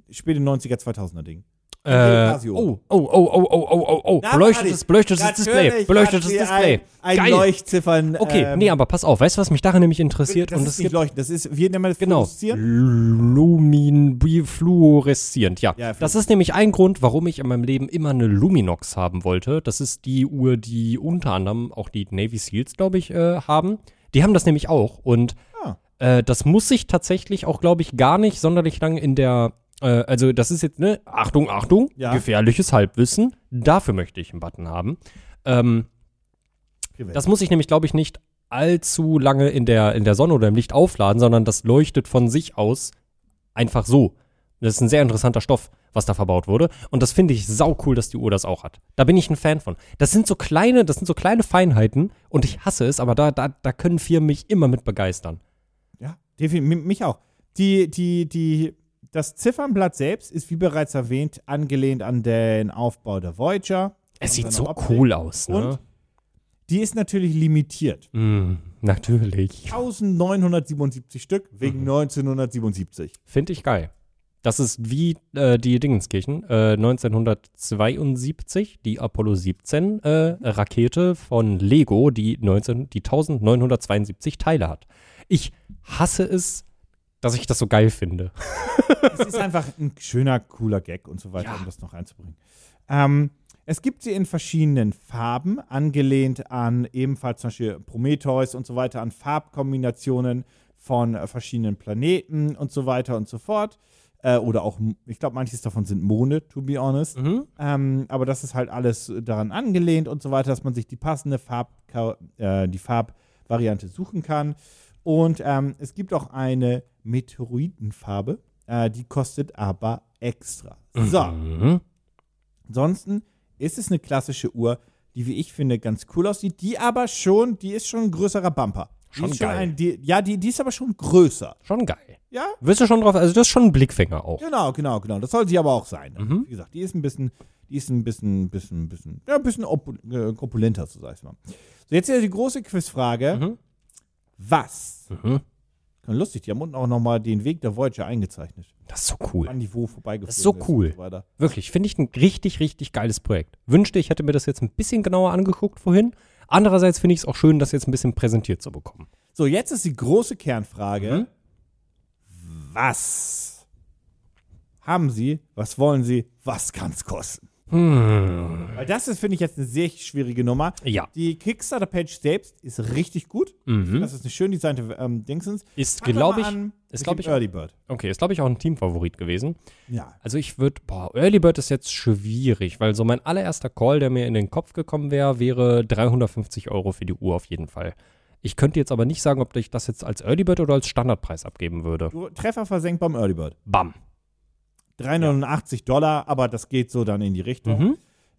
Späte 90er, 2000er Ding.
Äh,
Casio.
oh, oh, oh, oh, oh, oh, oh, oh.
Na,
Beleuchtetes,
Adi,
beleuchtetes Display.
natürlich
Beleuchtetes
hat sie
Display.
Ein, ein
Geil.
Leuchtziffern.
Okay,
ähm,
nee, aber pass auf. Weißt du, was mich daran nämlich interessiert?
das
Und
ist
es
nicht
gibt.
leuchten, das ist, wie nennt man das?
Genau.
Fluoreszieren?
Lumin, bi- fluoreszierend, ja.
Ja,
das ist nämlich ein Grund, warum ich in meinem Leben immer eine Luminox haben wollte. Das ist die Uhr, die unter anderem auch die Navy Seals, glaube ich, äh, haben. Die haben das nämlich auch. Und
Ah.
äh, das muss sich tatsächlich auch, glaube ich, gar nicht sonderlich lang in der. äh, Also, das ist jetzt, ne, Achtung, Achtung,
Ja.
gefährliches Halbwissen. Dafür möchte ich einen Button haben. Ähm,
Gewächs.
Das muss ich nämlich, glaube ich, nicht allzu lange in der, in der Sonne oder im Licht aufladen, sondern das leuchtet von sich aus einfach so. Das ist ein sehr interessanter Stoff, was da verbaut wurde. Und das finde ich sau cool, dass die Uhr das auch hat. Da bin ich ein Fan von. Das sind so kleine, das sind so kleine Feinheiten und ich hasse es, aber da, da, da können Firmen mich immer mit begeistern.
Ja, definitiv. Mich auch. Die, die, die, das Ziffernblatt selbst ist, wie bereits erwähnt, angelehnt an den Aufbau der Voyager.
Es
Und
sieht
seiner
so
Optik.
cool aus,
Und
ne?
die ist natürlich limitiert.
Mm, natürlich.
1977 Stück wegen 1977.
Finde ich geil. Das ist wie äh, die Dingenskirchen. Äh, 1972, die Apollo 17 äh, Rakete von Lego, die, 19, die 1972 Teile hat. Ich hasse es, dass ich das so geil finde.
Es ist einfach ein schöner, cooler Gag und so weiter,
Ja.
um das noch reinzubringen. Ähm, es gibt sie in verschiedenen Farben, angelehnt an ebenfalls zum Beispiel Prometheus und so weiter, an Farbkombinationen von äh, verschiedenen Planeten und so weiter und so fort. Äh, oder auch, ich glaube, manches davon sind Monde, to be honest. Ähm, aber das ist halt alles daran angelehnt und so weiter, dass man sich die passende Farb, äh, die Farbvariante suchen kann. Und ähm, es gibt auch eine Meteoritenfarbe, äh, die kostet aber extra. So,
Mhm.
ansonsten ist es eine klassische Uhr, die, wie ich finde, ganz cool aussieht, die aber schon, die ist schon ein größerer Bumper. Die
Schon
ist
geil.
Ein, die, ja, die, die ist aber schon größer.
Schon geil.
Ja,
Wirst du schon drauf, also das ist schon ein Blickfänger auch.
Genau, genau, genau. Das soll sie aber auch sein.
Mhm.
Wie gesagt, die ist ein bisschen, die ist ein bisschen, bisschen, bisschen, ja, ein bisschen opu äh, opulenter, so sag ich mal. So, jetzt ja die große Quizfrage. Was?
Mhm.
Kann Lustig, die haben unten auch nochmal den Weg der Voyager eingezeichnet.
Das ist so cool.
An die Wo vorbeigeflogen.
Das ist so cool.
Und so weiter.
Wirklich, finde ich ein richtig, richtig geiles Projekt. Wünschte, ich hätte mir das jetzt ein bisschen genauer angeguckt vorhin. Andererseits finde ich es auch schön, das jetzt ein bisschen präsentiert zu bekommen.
So, jetzt ist die große Kernfrage.
Mhm.
Was? Haben Sie? Was wollen Sie? Was kann es kosten?
Hm.
Weil das ist, finde ich, jetzt eine sehr schwierige Nummer.
Ja.
Die Kickstarter-Page selbst ist richtig gut.
Mhm.
Das ist eine schön designte ähm, Dingsens.
Ist,
Fangen wir
glaube ich,
mal an
ist,
mit
glaub
dem äh,
ich,
Early Bird.
okay, ist, glaube ich, auch ein Teamfavorit gewesen.
Ja.
Also ich würde, boah, Early Bird ist jetzt schwierig, weil so mein allererster Call, der mir in den Kopf gekommen wäre, wäre 350 Euro für die Uhr auf jeden Fall. Ich könnte jetzt aber nicht sagen, ob ich das jetzt als Early Bird oder als Standardpreis abgeben würde.
Du, Treffer versenkt beim Early Bird.
Bam.
389 Dollar, aber das geht so dann in die Richtung.
Mhm.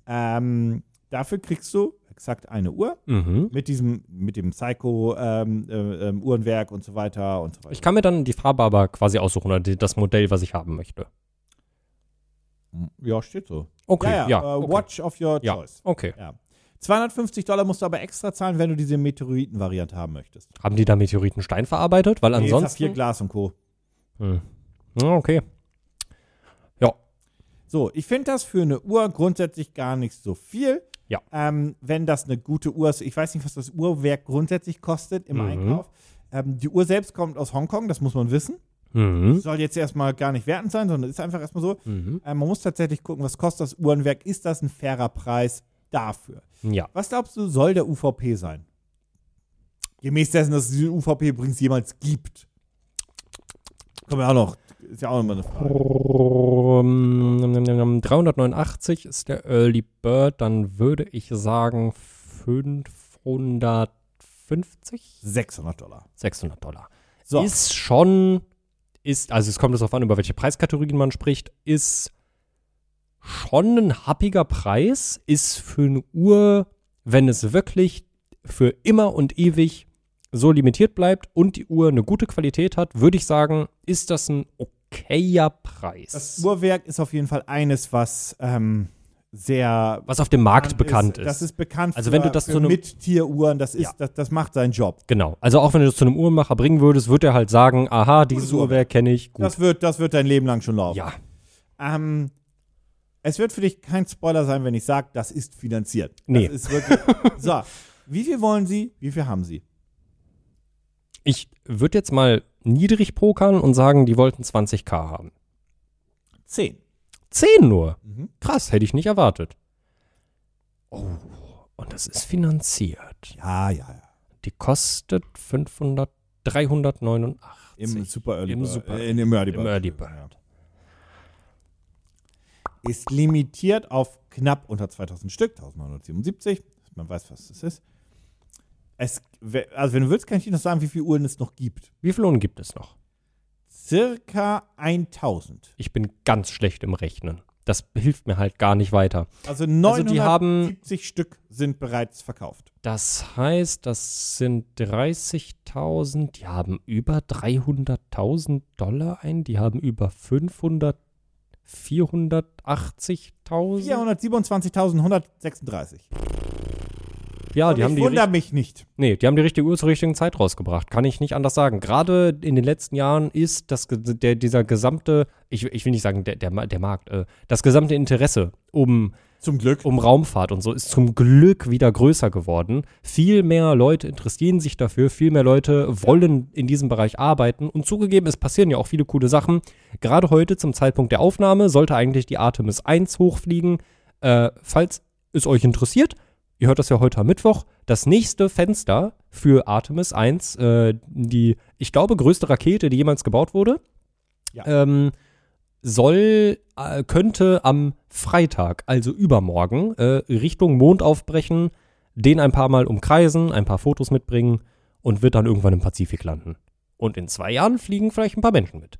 Ähm, dafür kriegst du exakt eine Uhr
Mhm.
mit diesem, mit dem ähm, Psycho-Uhrenwerk und so weiter und so weiter.
Ich kann mir dann die Farbe aber quasi aussuchen oder die, das Modell, was ich haben möchte.
Hm. ja, steht so.
Okay, ja.
äh,
okay.
Watch of your
ja.
choice.
Okay.
Ja. 250 Dollar musst du aber extra zahlen, wenn du diese Meteoriten-Variante haben möchtest.
Haben die da Meteoritenstein verarbeitet? Weil ansonsten.
Saphir, Glas und Co.
Hm. Ja, okay. Ja.
So, ich finde das für eine Uhr grundsätzlich gar nicht so viel.
Ja.
Ähm, wenn das eine gute Uhr ist, ich weiß nicht, was das Uhrwerk grundsätzlich kostet im
Mhm.
Einkauf. Ähm, die Uhr selbst kommt aus Hongkong, das muss man wissen.
Mhm.
Soll jetzt erstmal gar nicht wertend sein, sondern ist einfach erstmal so.
Mhm.
Ähm, man muss tatsächlich gucken, was kostet das Uhrenwerk? Ist das ein fairer Preis dafür?
Ja.
Was glaubst du, soll der UVP sein? Gemäß dessen, dass es diesen UVP übrigens jemals gibt. Kommen wir auch noch. Ist ja auch nochmal eine Frage.
Ähm, 389 ist der Early Bird, dann würde ich sagen 550,
600 Dollar.
600 Dollar.
So.
Ist schon, ist, also es kommt darauf an, über welche Preiskategorien man spricht, ist schon ein happiger Preis, ist für eine Uhr, wenn es wirklich für immer und ewig so limitiert bleibt und die Uhr eine gute Qualität hat, würde ich sagen, ist das ein okayer Preis.
Das Uhrwerk ist auf jeden Fall eines, was ähm, sehr
was auf dem Markt bekannt ist.
Das ist bekannt
Also wenn
für-
du das
für
zu einem-
Mittieruhren, das ist
Ja.
das, das macht seinen Job.
genau. Also auch wenn du das zu einem Uhrmacher bringen würdest, wird er halt sagen, aha, dieses
Gutes Uhrwerk.
Uhrwerk kenne ich, gut.
Das wird das wird dein Leben lang schon laufen.
ja,
Ähm, es wird für dich kein Spoiler sein, wenn ich sage, das ist finanziert.
Nee.
Das ist wirklich, so, wie viel wollen Sie? Wie viel haben Sie?
ich würde jetzt mal niedrig pokern und sagen, die wollten 20k haben.
Zehn.
10 nur.
Mhm.
Krass, hätte ich nicht erwartet. Oh, und das ist finanziert.
Ja, ja, ja.
Die kostet 500, 389.
Im Super Early
Im
Bird.
Super-
äh, in, im Early Bird.
im Early Bird.
Ist limitiert auf knapp unter 2000 Stück, 1977. Man weiß, was das ist. Es, we- also, wenn du willst, kann ich dir noch sagen, wie viele Uhren es noch gibt.
Wie viele Uhren gibt es noch?
Circa 1000.
Ich bin ganz schlecht im Rechnen. Das hilft mir halt gar nicht weiter.
Also
die haben-
970 Stück sind bereits verkauft.
Das heißt, das sind 30.000, die haben über 300.000 Dollar ein, die haben über 500, 480.000.
427.136.
Ja, die
ich
haben die,
wundere
richt-
mich nicht.
nee, die haben die richtige Uhr zur richtigen Zeit rausgebracht. Kann ich nicht anders sagen. Gerade in den letzten Jahren ist das, ge- der, dieser gesamte, ich, ich will nicht sagen der, der, Ma- der Markt, äh, das gesamte Interesse um
Zum Glück.
um Raumfahrt und so ist zum Glück wieder größer geworden. Viel mehr Leute interessieren sich dafür, viel mehr Leute wollen in diesem Bereich arbeiten und zugegeben, es passieren ja auch viele coole Sachen. Gerade heute zum Zeitpunkt der Aufnahme sollte eigentlich die Artemis 1 hochfliegen. Äh, falls es euch interessiert, ihr hört das ja heute am Mittwoch, das nächste Fenster für Artemis 1, äh, die, ich glaube, größte Rakete, die jemals gebaut wurde,
Ja.
ähm, soll, äh, könnte am Freitag, also übermorgen, äh, Richtung Mond aufbrechen, den ein paar Mal umkreisen, ein paar Fotos mitbringen und wird dann irgendwann im Pazifik landen. Und in zwei Jahren fliegen vielleicht ein paar Menschen mit.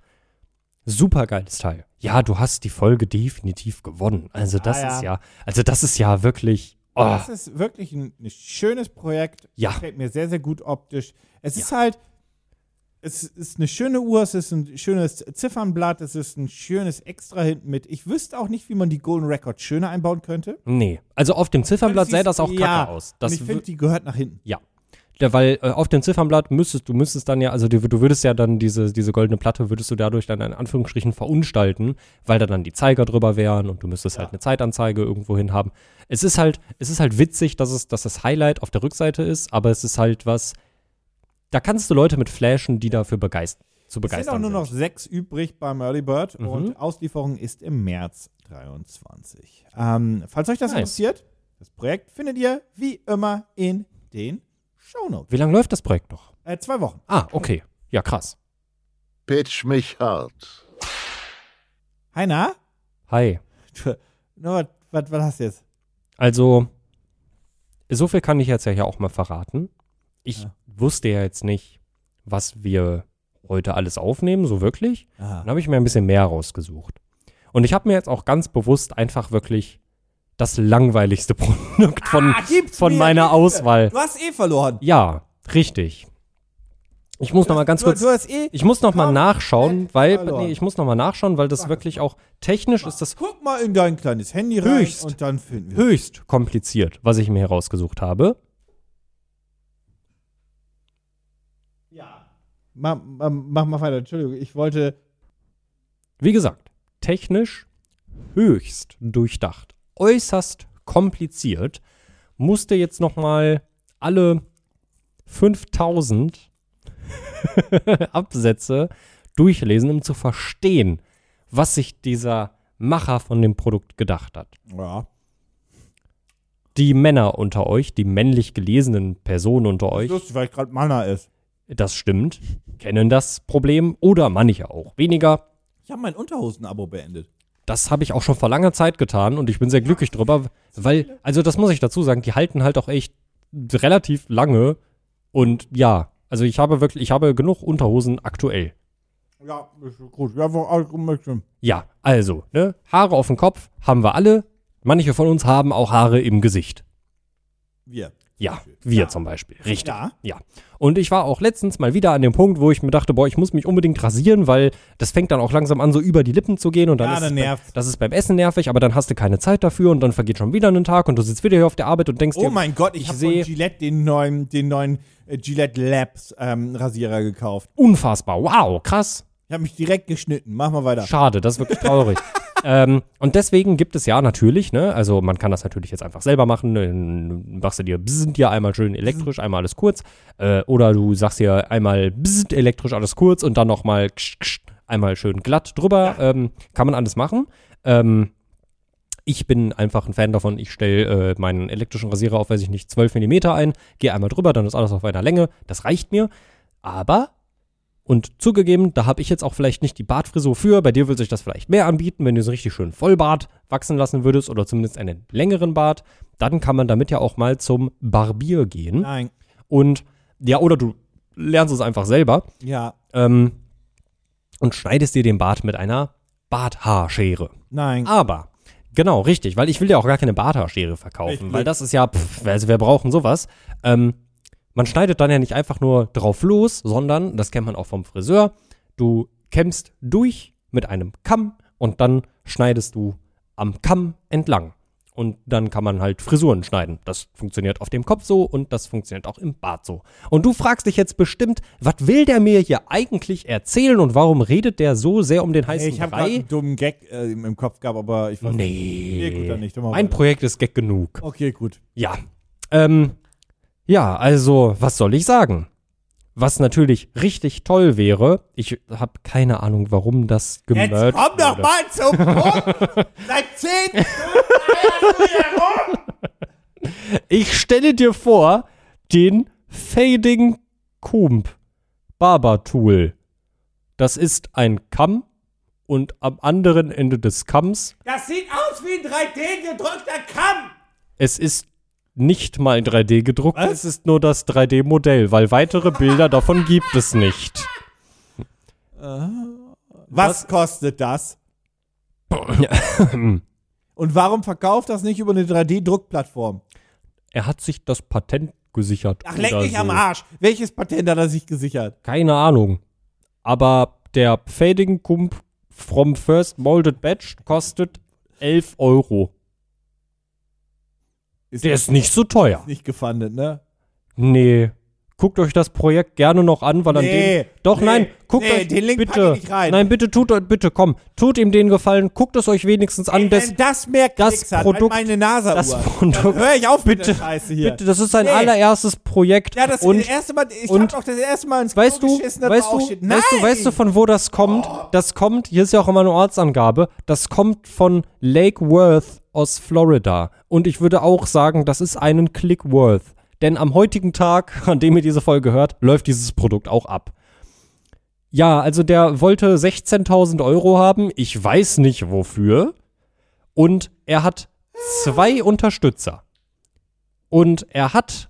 Super geiles Teil. Ja, du hast die Folge definitiv gewonnen. Also das
ja.
ist ja, also das ist ja wirklich. Oh.
Das ist wirklich ein, ein schönes Projekt.
Ja.
Gefällt mir sehr, sehr gut optisch. Es ist halt, es ist eine schöne Uhr, es ist ein schönes Ziffernblatt, es ist ein schönes Extra hinten mit. Ich wüsste auch nicht, wie man die Golden Record schöner einbauen könnte.
Nee. Also auf dem Ziffernblatt
Siehst-
sähe das auch kacke
ja.
aus.
Und
Das
ich finde,
wi-
die gehört nach hinten.
ja. ja. Weil äh, auf dem Ziffernblatt müsstest du müsstest dann ja, also du, du würdest ja dann diese, diese goldene Platte würdest du dadurch dann in Anführungsstrichen verunstalten, weil da dann die Zeiger drüber wären und du müsstest halt eine Zeitanzeige irgendwo hin haben. Es ist halt, es ist halt witzig, dass es, dass das Highlight auf der Rückseite ist, aber es ist halt was, da kannst du Leute mit flashen, die dafür begeistern, zu
Es sind auch
begeistern
nur noch
sind. Mhm.
sechs übrig beim Early Bird und Auslieferung ist im März 23. Ähm, falls euch das
Nice.
interessiert, das Projekt findet ihr wie immer in den Shownotes.
Wie lange läuft das Projekt noch?
Äh, zwei Wochen.
Ah, okay. Ja, krass.
Pitch mich hart.
Heiner?
Hi.
Du, nur, was, was hast du jetzt?
Also, so viel kann ich jetzt ja hier auch mal verraten. Ich
Ja.
wusste ja jetzt nicht, was wir heute alles aufnehmen, so wirklich.
Ah.
Dann habe ich mir ein bisschen mehr rausgesucht. Und ich habe mir jetzt auch ganz bewusst einfach wirklich das langweiligste Produkt von,
Ah, gib's
von
mir,
meiner
gib's
Auswahl.
Du hast eh verloren.
Ja, richtig. Ich muss noch mal ganz
du,
kurz.
du hast eh.
Ich muss noch mal
Komm,
nachschauen, weil
verloren.
nee, ich muss noch mal nachschauen, weil das wirklich auch technisch ist das
Guck mal in dein kleines Handy rein
Höchst.
und dann finden wir.
höchst kompliziert, was ich mir herausgesucht habe.
Mach, mach, mach mal weiter, Entschuldigung. Ich wollte.
Wie gesagt, technisch höchst durchdacht, äußerst kompliziert, musste jetzt nochmal alle 5000 Absätze durchlesen, um zu verstehen, was sich dieser Macher von dem Produkt gedacht hat.
Ja.
Die Männer unter euch, die männlich gelesenen Personen unter euch,
Lustig, weil ich gerade Mana ist.
das stimmt, kennen das Problem oder manche auch weniger.
Ich habe mein Unterhosen-Abo beendet.
das habe ich auch schon vor langer Zeit getan und ich bin sehr glücklich drüber, weil, also das muss ich dazu sagen, die halten halt auch echt relativ lange und ja, also ich habe wirklich, ich habe genug Unterhosen aktuell.
Ja, ist gut. Ja, wo alles gut möchte.
Ja, also, ne, Haare auf dem Kopf haben wir alle, manche von uns haben auch Haare im Gesicht.
Wir.
Ja, wir zum Beispiel, richtig.
Ja.
Ja. Und ich war auch letztens mal wieder an dem Punkt, wo ich mir dachte, boah, ich muss mich unbedingt rasieren, weil das fängt dann auch langsam an, so über die Lippen zu gehen und dann
Ja,
ist
dann
es beim,
nervt's.
das ist beim Essen nervig, aber dann hast du keine Zeit dafür und dann vergeht schon wieder ein Tag und du sitzt wieder hier auf der Arbeit und denkst
Oh
dir,
mein Gott, ich,
Ich
habe
sehe-
von Gillette den neuen, den neuen äh, Gillette Labs ähm, Rasierer gekauft.
unfassbar, wow, krass,
Ich habe mich direkt geschnitten. Mach mal weiter.
schade, das ist wirklich traurig. ähm, und deswegen gibt es ja natürlich, ne, also man kann das natürlich jetzt einfach selber machen, äh, machst du dir bzzzt, ja einmal schön elektrisch, einmal alles kurz, äh, oder du sagst dir einmal bzzzt, elektrisch alles kurz und dann nochmal einmal schön glatt drüber, ähm, kann man alles machen. Ähm, ich bin einfach ein Fan davon, ich stelle äh, meinen elektrischen Rasierer auf, weiß ich nicht, 12 mm ein, gehe einmal drüber, dann ist alles auf einer Länge, das reicht mir. Aber und zugegeben, da habe ich jetzt auch vielleicht nicht die Bartfrisur für. Bei dir würde sich das vielleicht mehr anbieten, wenn du so einen richtig schönen Vollbart wachsen lassen würdest oder zumindest einen längeren Bart. Dann kann man damit ja auch mal zum Barbier gehen.
Nein.
Und ja, oder du lernst es einfach selber
Ja,
ähm, und schneidest dir den Bart mit einer Barthaarschere.
nein.
Aber, genau, richtig, weil ich will ja auch gar keine Barthaarschere verkaufen,
Richtig.
weil das ist ja, pff, also wir brauchen sowas. Ähm, man schneidet dann ja nicht einfach nur drauf los, sondern, das kennt man auch vom Friseur, du kämmst durch mit einem Kamm und dann schneidest du am Kamm entlang. Und dann kann man halt Frisuren schneiden. Das funktioniert auf dem Kopf so und das funktioniert auch im Bart so. Und du fragst dich jetzt bestimmt, was will der mir hier eigentlich erzählen und warum redet der so sehr um den heißen
Ey, ich habe
Brei?
einen dummen Gag äh, im im Kopf gehabt, aber ich weiß nicht.
Nee.
Nee, gut, dann nicht. Dann machen wir
Mein
weiter.
Projekt ist Gag genug.
Okay, gut.
Ja. Ähm, ja, also, was soll ich sagen? Was natürlich richtig toll wäre, ich habe keine Ahnung, warum das
Jetzt
gemerkt
komm doch
wurde.
mal zum Punkt. Seit zehn
Ich stelle dir vor, den Fading Kump Barber Tool. Das ist ein Kamm und am anderen Ende des Kamms,
Das sieht aus wie ein 3D gedrückter Kamm.
es ist nicht mal in 3D gedruckt,
Was?
es ist nur das 3D-Modell, weil weitere Bilder davon gibt es nicht.
Was kostet das? Und warum verkauft das nicht über eine 3D-Druckplattform?
er hat sich das Patent gesichert.
Ach, leck
oder
mich
so.
am Arsch. Welches Patent hat er sich gesichert?
Keine Ahnung. Aber der Fading Kump from First Molded Batch kostet 11 Euro.
Ist
Der ist nicht so teuer.
nicht gefundet, ne?
Nee. Guckt euch das Projekt gerne noch an, weil
Nee,
an dem. Doch,
nee,
nein, guckt
nee,
euch
den Link
bitte.
pack ich nicht rein.
Nein, bitte tut euch- bitte, komm, tut ihm den Gefallen, guckt es euch wenigstens an. das,
Wenn das mehr
das
Klicks hat
Produkt-
als meine NASA-Uhr.
das Produkt.
Hör ich auf mit der
Bitte,
Scheiße hier.
bitte, das ist sein
Nee.
allererstes Projekt.
Ja, das,
und
erste Mal, ich
und-
hab doch das erste Mal ins
Weißt
Klo
du,
geschissen, das
weißt
war
du,
auch
weißt
shit.
du, weißt du,
Nein! Oh.
von wo das kommt? Das kommt, hier ist ja auch immer eine Ortsangabe, das kommt von Lake Worth aus Florida. Und ich würde auch sagen, das ist einen Click worth. Denn am heutigen Tag, an dem ihr diese Folge hört, läuft dieses Produkt auch ab. Ja, also der wollte 16.000 Euro haben, ich weiß nicht wofür. Und er hat zwei Unterstützer. Und er hat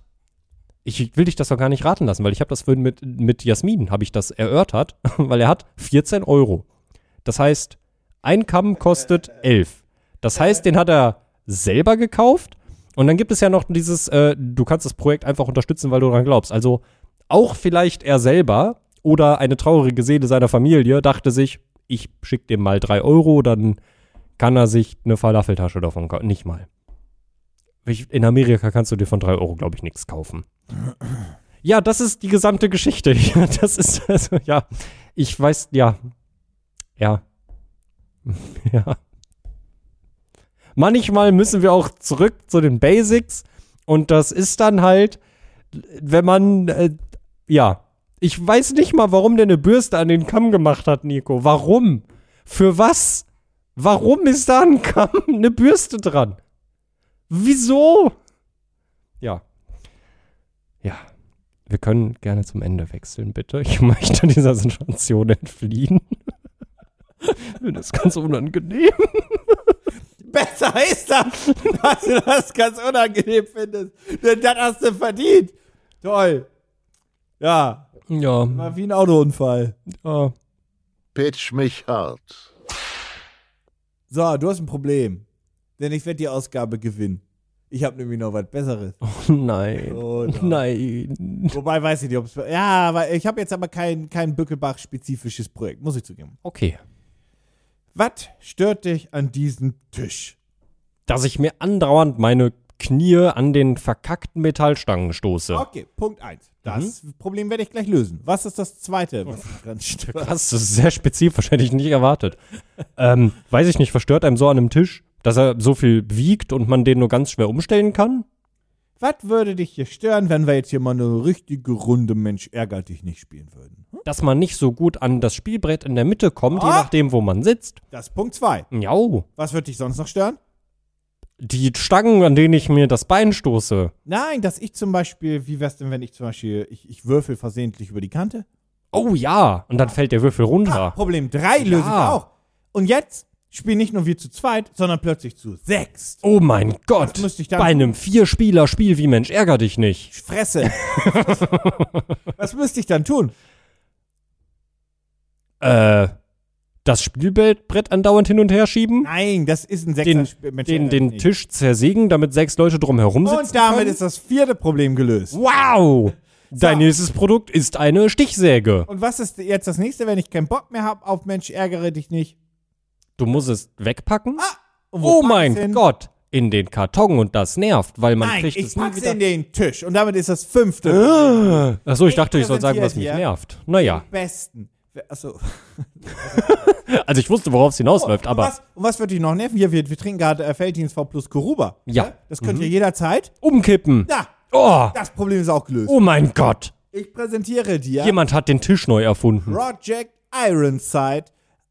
ich will dich das doch gar nicht raten lassen, weil ich habe das vorhin mit, mit Jasmin, habe ich das erörtert, weil er hat 14 Euro. Das heißt, ein Kamm kostet 11. Das heißt, den hat er selber gekauft. Und dann gibt es ja noch dieses, äh, du kannst das Projekt einfach unterstützen, weil du daran glaubst. Also auch vielleicht er selber oder eine traurige Seele seiner Familie dachte sich, ich schicke dem mal 3 Euro, dann kann er sich eine Falafeltasche davon kaufen. Nicht mal. Ich- In Amerika kannst du dir von 3 Euro, glaube ich, nichts kaufen. Ja, das ist die gesamte Geschichte. Das ist, also, ja, ich weiß, ja. Ja. Ja. Manchmal müssen wir auch zurück zu den Basics und das ist dann halt, wenn man, äh, ja. Ich weiß nicht mal, warum der eine Bürste an den Kamm gemacht hat, Nico. Warum? Für was? Warum ist da ein Kamm eine Bürste dran? Wieso? Ja. Ja. Wir können gerne zum Ende wechseln, bitte. Ich möchte dieser Situation entfliehen. Mir das ist ganz unangenehm.
Besser ist das, dass du das ganz unangenehm findest. Denn das hast du verdient. Toll. Ja,
Ja.
war wie ein Autounfall.
ja.
Pitch mich hart.
So, du hast ein Problem. Denn ich werde die Ausgabe gewinnen. Ich habe nämlich noch was Besseres.
Oh nein.
Oh
nein.
Wobei weiß ich nicht, ob es. Ja, aber ich habe jetzt aber kein, kein Bückebach-spezifisches Projekt, muss ich zugeben.
Okay.
Was stört dich an diesem Tisch?
Dass ich mir andauernd meine Knie an den verkackten Metallstangen stoße.
Okay, Punkt 1. Das Problem werde ich gleich lösen. Was ist das zweite, was dich dran stört?
Krass, das ist sehr spezifisch, hätte ich nicht erwartet. ähm, weiß ich nicht, verstört einem so an einem Tisch, dass er so viel wiegt und man den nur ganz schwer umstellen kann?
Was würde dich hier stören, wenn wir jetzt hier mal eine richtige Runde Mensch ärgert dich nicht spielen würden? Hm?
Dass man nicht so gut an das Spielbrett in der Mitte kommt, je nachdem, wo man sitzt.
Das ist Punkt 2.
Miau.
Was würde dich sonst noch stören?
Die Stangen, an denen ich mir das Bein stoße.
Nein, dass ich zum Beispiel, wie wär's denn, wenn ich zum Beispiel, ich, ich würfel versehentlich über die Kante?
Oh ja. Und dann fällt der Würfel runter.
Problem 3 löse ich auch. Und jetzt spielen nicht nur wir zu zweit, sondern plötzlich zu sechs.
Oh mein Gott.
Das müsste ich dann-
Bei einem Vier-Spieler-Spiel wie Mensch, ärger dich nicht.
Fresse. Was müsste ich dann tun?
Äh, das Spielbrett andauernd hin und her schieben?
Nein, das ist ein
Den,
sechs
den, den Tisch zersägen, damit sechs Leute drumherum sitzen?
Und damit
können?
ist das vierte Problem gelöst.
Wow! Dein nächstes Produkt ist eine Stichsäge.
Und was ist jetzt das nächste, wenn ich keinen Bock mehr habe auf Mensch, ärgere dich nicht?
Du musst es wegpacken?
Und Ah, wo
oh
pack
mein
ich's hin?
Gott! In den Karton und das nervt, weil man
Nein,
kriegt
ich
es nie
pack's
wieder.
in den Tisch. Und damit ist das fünfte.
Ah. Achso, ich dachte, ich soll sagen, was mich
präsentiere dir-
nervt. Naja,
Besten. Achso.
also ich wusste, worauf es hinausläuft,
und
aber
Oh, was, und was wird dich noch nerven? Wir, wir, wir trinken gerade äh, Felddienst V plus Koruba.
Ja.
Das könnt ihr jederzeit.
umkippen.
Da,
Oh,
das Problem ist auch gelöst.
oh mein Gott.
Ich präsentiere dir
Jemand hat den Tisch neu erfunden.
Project Ironside,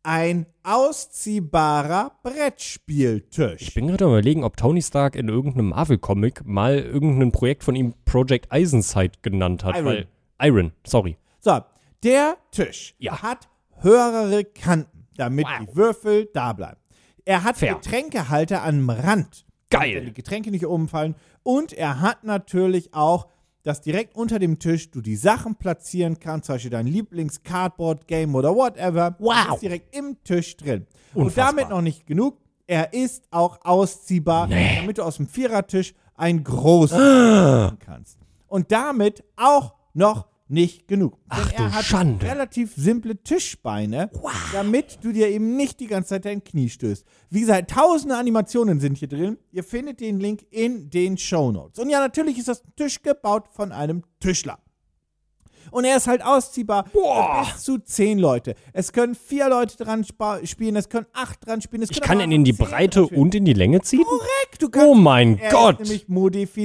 ein ausziehbarer
Ich
Brettspieltisch.
bin gerade am überlegen, ob Tony Stark in irgendeinem Marvel-Comic mal irgendein Projekt von ihm Project Eisenside genannt hat.
Iron.
Weil Iron, sorry.
So, der Tisch
Ja.
hat höhere Kanten, damit
Wow.
die Würfel da bleiben. Er hat
Fair.
Getränkehalter am Rand.
Geil.
Damit die Getränke nicht umfallen. Und er hat natürlich auch, dass direkt unter dem Tisch du die Sachen platzieren kannst, zum Beispiel dein Lieblings-Cardboard-Game oder whatever.
Wow.
Das ist direkt im Tisch drin.
Unfassbar.
Und damit noch nicht genug. Er ist auch ausziehbar, damit du aus dem Vierertisch ein großes
Ah.
machen kannst. Und damit auch noch nicht genug.
Ach
Denn er
du
hat
Schande.
relativ simple Tischbeine, damit du dir eben nicht die ganze Zeit dein Knie stößt. Wie gesagt, tausende Animationen sind hier drin. Ihr findet den Link in den Shownotes. Und ja, natürlich ist das ein Tisch gebaut von einem Tischler. Und er ist halt ausziehbar
Boah.
für bis zu zehn Leute. Es können vier Leute dran spa- spielen, es können acht dran spielen. Es
Ich
können
kann
aber
ihn
auch
in die
zehn dran
Breite
spielen.
und in die Länge ziehen?
Korrekt, du kannst
Oh mein
er
Gott.
ist nämlich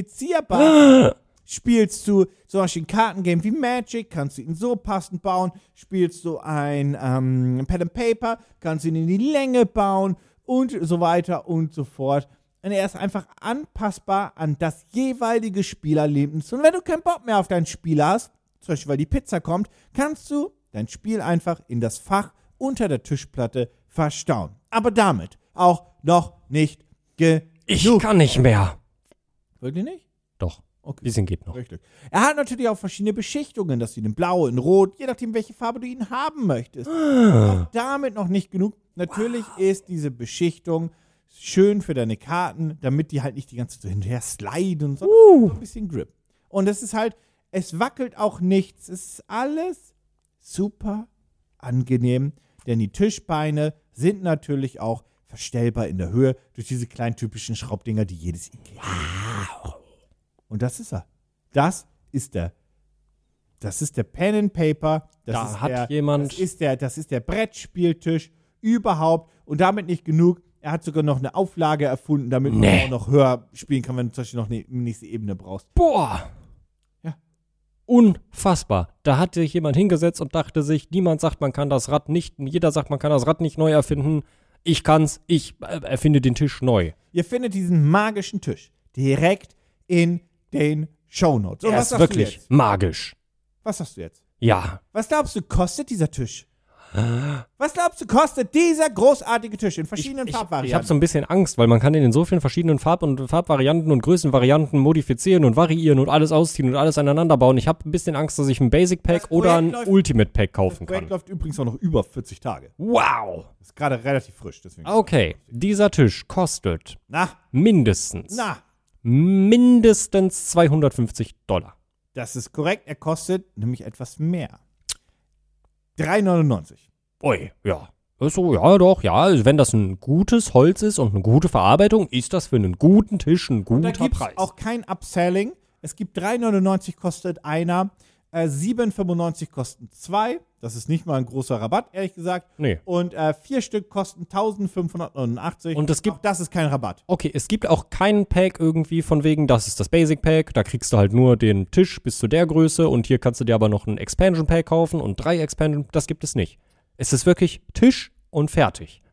modifizierbar. Spielst du zum Beispiel ein Kartengame wie Magic, kannst du ihn so passend bauen. Spielst du ein ähm, Pen and Paper, kannst du ihn in die Länge bauen und so weiter und so fort. Und er ist einfach anpassbar an das jeweilige Spielerlebnis. Und wenn du keinen Bock mehr auf dein Spiel hast, zum Beispiel weil die Pizza kommt, kannst du dein Spiel einfach in das Fach unter der Tischplatte verstauen. Aber damit auch noch nicht genug.
Ich kann nicht mehr.
Wirklich nicht?
Doch,
Okay.
bisschen geht noch.
Richtig. Er hat natürlich auch verschiedene Beschichtungen, dass du ihn in blau, in rot, je nachdem, welche Farbe du ihn haben möchtest. Auch damit noch nicht genug. Natürlich ist diese Beschichtung schön für deine Karten, damit die halt nicht die ganze Zeit so hinterher sliden, sondern so ein bisschen Grip. Und es ist halt, es wackelt auch nichts. Es ist alles super angenehm, denn die Tischbeine sind natürlich auch verstellbar in der Höhe durch diese kleinen typischen Schraubdinger, die jedes Ikea und das ist er. Das ist der. Das ist der Pen and Paper. Das
Da
ist
hat
der,
jemand-
Das ist der, das ist der Brettspieltisch überhaupt. Und damit nicht genug. Er hat sogar noch eine Auflage erfunden, damit
Nee.
man auch noch höher spielen kann, wenn du zum Beispiel noch eine nächste Ebene brauchst.
Boah!
Ja.
Unfassbar. Da hat sich jemand hingesetzt und dachte sich, niemand sagt, man kann das Rad nicht, jeder sagt, man kann das Rad nicht neu erfinden. Ich kann's, ich äh, erfinde den Tisch neu.
Ihr findet diesen magischen Tisch direkt in den Shownotes. Und
Er
was
ist
sagst du
wirklich
jetzt?
magisch.
Was sagst du jetzt?
Ja.
Was glaubst du, kostet dieser Tisch? Was glaubst du, kostet dieser großartige Tisch in verschiedenen
Ich, ich habe
Farbvarianten?
so ein bisschen Angst, weil man kann ihn in so vielen verschiedenen Farb- und Farbvarianten und Größenvarianten modifizieren und variieren und alles ausziehen und alles aneinander bauen. Ich habe ein bisschen Angst, dass ich ein Basic
Das
Pack
Projekt
oder ein
läuft-
Ultimate Pack
das
kaufen
Projekt
kann.
läuft übrigens auch noch über 40 Tage.
Wow.
Ist gerade relativ frisch, deswegen.
Okay, dieser Tisch kostet
Na,
mindestens
na,
mindestens 250 Dollar.
das ist korrekt. Er kostet nämlich etwas mehr. 3,99.
Ui, ja. Ist so, ja, doch, ja. Also Wenn das ein gutes Holz ist und eine gute Verarbeitung, ist das für einen guten Tisch ein
Da
guter
gibt
Preis.
es auch kein Upselling. Es gibt 3,99 kostet einer, äh, 7,95 kosten zwei. Das ist nicht mal ein großer Rabatt, ehrlich gesagt.
Nee.
Und äh, vier Stück kosten 1589.
Und es gibt-
auch das ist kein Rabatt.
Okay, es gibt auch keinen Pack irgendwie von wegen, das ist das Basic Pack, da kriegst du halt nur den Tisch bis zu der Größe und hier kannst du dir aber noch ein Expansion Pack kaufen und drei Expansion, das gibt es nicht. Es ist wirklich Tisch und fertig.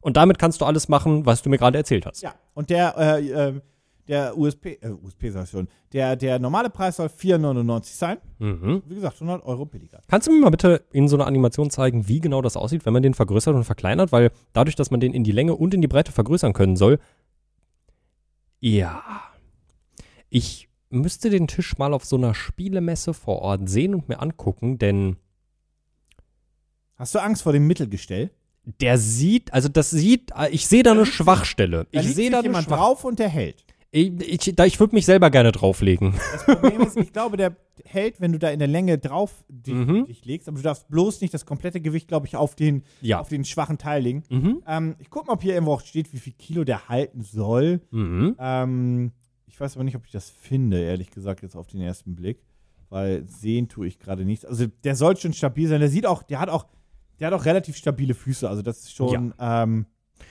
Und damit kannst du alles machen, was du mir gerade erzählt hast.
Ja. Und der, äh, äh, Der USP, äh, USP sag ich schon, der, der normale Preis soll 4,99 sein.
Mhm.
Wie gesagt, 100 Euro billiger.
Kannst du mir mal bitte in so einer Animation zeigen, wie genau das aussieht, wenn man den vergrößert und verkleinert? Weil dadurch, dass man den in die Länge und in die Breite vergrößern können soll. Ja. Ich müsste den Tisch mal auf so einer Spielemesse vor Ort sehen und mir angucken, denn
Hast du Angst vor dem Mittelgestell?
der sieht, also das sieht, ich sehe da eine Schwachstelle.
Da
Ich
liegt
sehe
sich
da eine
jemand
Schwachstelle.
drauf und der hält.
Ich, ich, da- ich würde mich selber gerne drauflegen.
Das Problem ist, ich glaube, der hält, wenn du da in der Länge drauf dich,
Mhm.
dich legst, aber du darfst bloß nicht das komplette Gewicht, glaube ich, auf den,
Ja.
auf den schwachen Teil legen.
Mhm.
Ähm, ich gucke mal, ob hier irgendwo auch steht, wie viel Kilo der halten soll.
Mhm.
Ähm, ich weiß aber nicht, ob ich das finde, ehrlich gesagt, jetzt auf den ersten Blick. Weil sehen tue ich gerade nichts. Also der soll schon stabil sein. Der sieht auch, der hat auch, der hat auch relativ stabile Füße. Also das ist schon, ähm,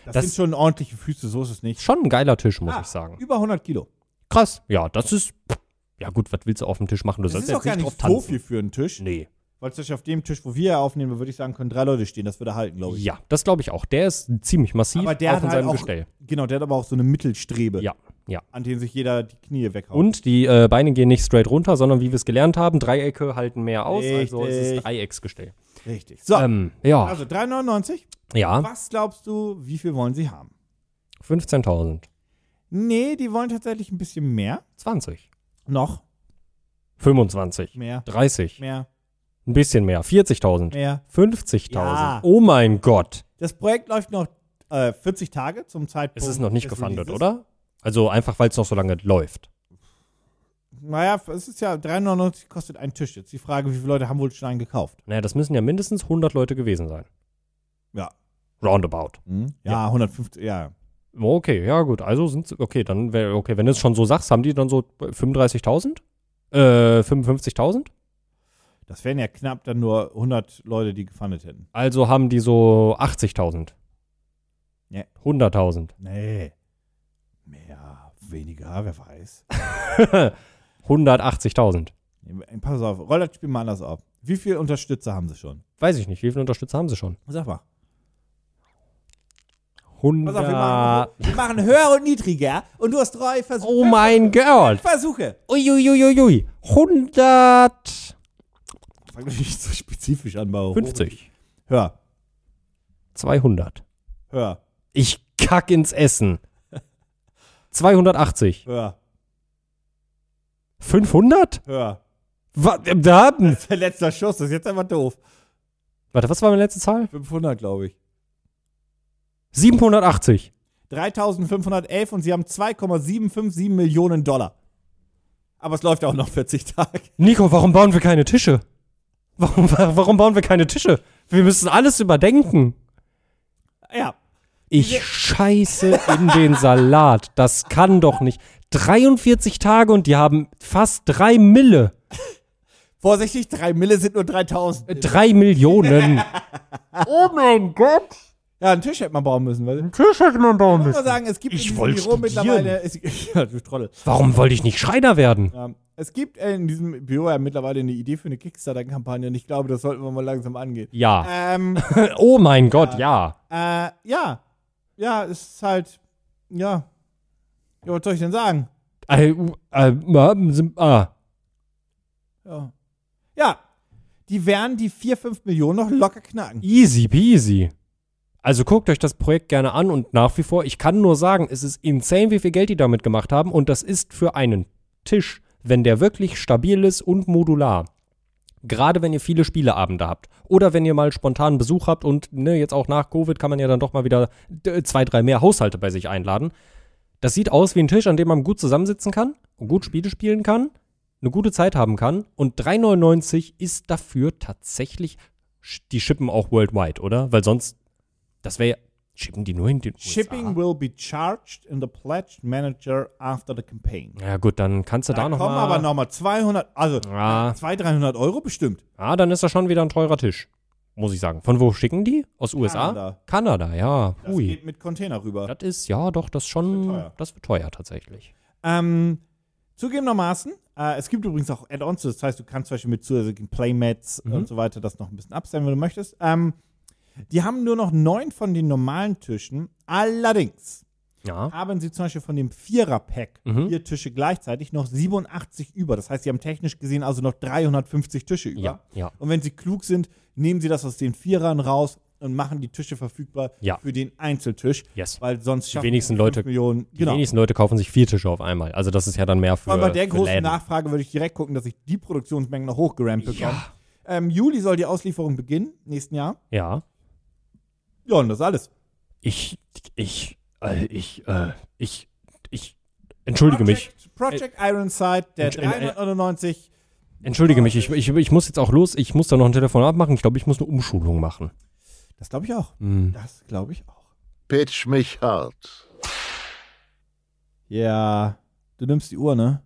das,
Das-
sind schon ordentliche Füße, so ist es nicht.
Schon ein geiler Tisch, muss
Ah,
ich sagen.
Über 100 Kilo.
Krass. Ja, das ist. Ja, gut, was willst du auf dem Tisch machen? Du
Das
sollst
ist doch
jetzt
gar
nicht drauf
nicht so
tanzen.
viel für einen Tisch.
Nee.
Weil zum Beispiel auf dem Tisch, wo wir aufnehmen, würde ich sagen, können drei Leute stehen. Das würde halten, glaube ich.
Ja, das glaube ich auch. Der ist ziemlich massiv,
Aber der
auch
hat
in
halt
seinem
auch,
Gestell.
genau, der hat aber auch so eine Mittelstrebe,
Ja, ja.
an denen sich jeder die Knie weghaut.
Und die äh, Beine gehen nicht straight runter, sondern wie wir es gelernt haben, Dreiecke halten mehr aus, also es ist
Richtig.
Dreiecksgestell.
Richtig. So,
Ähm, ja,
also 3,99.
ja,
Was glaubst du, wie viel wollen sie haben?
15.000,
Nee, die wollen tatsächlich ein bisschen mehr.
20,
Noch
25,
mehr,
30,
mehr,
ein bisschen mehr, 40.000,
mehr.
50.000.
Ja.
Oh mein Gott,
Das Projekt läuft noch äh, 40 Tage zum Zeitpunkt.
es ist noch nicht
des
gefundet,
Releases.
oder? Also einfach, weil es noch so lange läuft.
Naja, es ist ja 3,99 kostet ein Tisch. Jetzt die Frage, wie viele Leute haben wohl schon einen gekauft?
Naja, das müssen ja mindestens 100 Leute gewesen sein.
Ja. Hm?
Roundabout.
Ja, 150, ja.
Oh, Okay, ja gut, also sind okay, dann wär, okay, wenn du es schon so sagst, haben die dann so 35.000? Äh 55.000?
Das wären ja knapp dann nur 100 Leute, die gefundet hätten.
Also haben die so 80.000.
Ja.
100.000.
Nee. Mehr, weniger, wer weiß.
180.000.
Nee, Pass auf, roll das Spiel mal anders auf. Wie viele Unterstützer haben sie schon?
Weiß ich nicht, wie viele Unterstützer haben sie schon?
Sag mal.
100
Pass auf, wir machen, wir machen höher und niedriger und du hast drei Versuche.
Oh mein Gott.
Versuche.
Uiuiuiui. 150.
Fang doch nicht so spezifisch an, Bau. Hör,
200.
hör,
Ich kack ins Essen. 280.
hör,
500?
hör.
Wa- da-
Das ist der letzte Schuss, das ist jetzt einfach doof.
Warte, was war meine letzte Zahl?
500, glaube ich.
780.
3511 und sie haben 2,757 Millionen Dollar. Aber es läuft auch noch 40 Tage.
Nico, warum bauen wir keine Tische? Warum, wa- warum bauen wir keine Tische? Wir müssen alles überdenken.
Ja.
Ich scheiße in den Salat. Das kann doch nicht. 43 Tage und die haben fast drei Mille.
Vorsichtig, 3 Mille sind nur 3000.
Äh, Drei Millionen.
Oh mein Gott!
Ja, einen Tisch hätte man bauen müssen. Weil
Tisch hätte man bauen
ich muss mal sagen, es gibt
Ich
in
wollt
diesem Büro
studieren.
mittlerweile. Es, ja, du Trottel.
Warum wollte ich nicht Schreiner werden?
Ähm, es gibt äh, in diesem Büro ja mittlerweile eine Idee für eine Kickstarter-Kampagne und ich glaube, das sollten wir mal langsam angehen.
Ja.
Ähm,
Oh mein Gott, ja.
äh, ja. Ja, es ist halt. Ja. Ja, was soll ich denn sagen?
Äh, äh, äh, sind- ah.
Ja. Ja. Die werden die 4, 5 Millionen noch locker knacken.
Easy peasy. Also guckt euch das Projekt gerne an und nach wie vor, ich kann nur sagen, es ist insane, wie viel Geld die damit gemacht haben und das ist für einen Tisch, wenn der wirklich stabil ist und modular. Gerade wenn ihr viele Spieleabende habt oder wenn ihr mal spontan Besuch habt und ne, jetzt auch nach Covid kann man ja dann doch mal wieder d- zwei, drei mehr Haushalte bei sich einladen. Das sieht aus wie ein Tisch, an dem man gut zusammensitzen kann und gut Spiele spielen kann, eine gute Zeit haben kann und 3,99 ist dafür tatsächlich Sch- die shippen auch worldwide, oder? Weil sonst, das wäre ja, shippen die nur in den USA?
Shipping will be charged in the pledged manager after the campaign.
Ja gut, dann kannst du da,
Da
noch
kommen
mal, Ah.
aber nochmal 200, also
Ja.
200, 300 Euro bestimmt.
Ah, dann ist das schon wieder ein teurer Tisch, muss ich sagen. Von wo schicken die? Aus USA?
Kanada.
Kanada, ja.
Das
Hui.
geht mit Container rüber.
Das ist, ja doch, das schon, das
wird
wird teuer,
teuer.
tatsächlich.
Ähm, zugegebenermaßen, äh, es gibt übrigens auch Add-ons, das heißt, du kannst zum Beispiel mit zusätzlichen Playmats
Mhm.
und so weiter das noch ein bisschen abstellen, wenn du möchtest. Ähm, die haben nur noch neun von den normalen Tischen. Allerdings
Ja.
haben sie zum Beispiel von dem Vierer-Pack,
Mhm.
vier Tische gleichzeitig, noch 87 über. Das heißt, sie haben technisch gesehen also noch 350 Tische über.
Ja, ja.
Und wenn sie klug sind, nehmen sie das aus den Vierern raus und machen die Tische verfügbar
Ja.
für den Einzeltisch.
Yes.
Weil sonst schaffen
wenigsten
fünf
Leute-
Millionen.
Die wenigsten Leute kaufen sich vier Tische auf einmal. Also das ist ja dann mehr für,
Aber Genau. bei der
für
großen
Läden.
Nachfrage würde ich direkt gucken, dass ich die Produktionsmengen noch hochgerampt bekomme. Ähm, Juli soll die Auslieferung beginnen, nächsten Jahr.
Ja.
Ja, und das ist alles.
Ich, ich, äh, ich, äh, ich, ich, entschuldige mich.
Project, Project Ironside, der
Entsch- äh, äh,
399.
Entschuldige mich. Ich, ich, ich muss jetzt auch los. Ich muss da noch ein Telefonat machen. Ich glaube, ich muss eine Umschulung machen.
Das glaube ich auch. Das glaube ich auch.
Pitch mich hart.
Ja, du nimmst die Uhr, ne?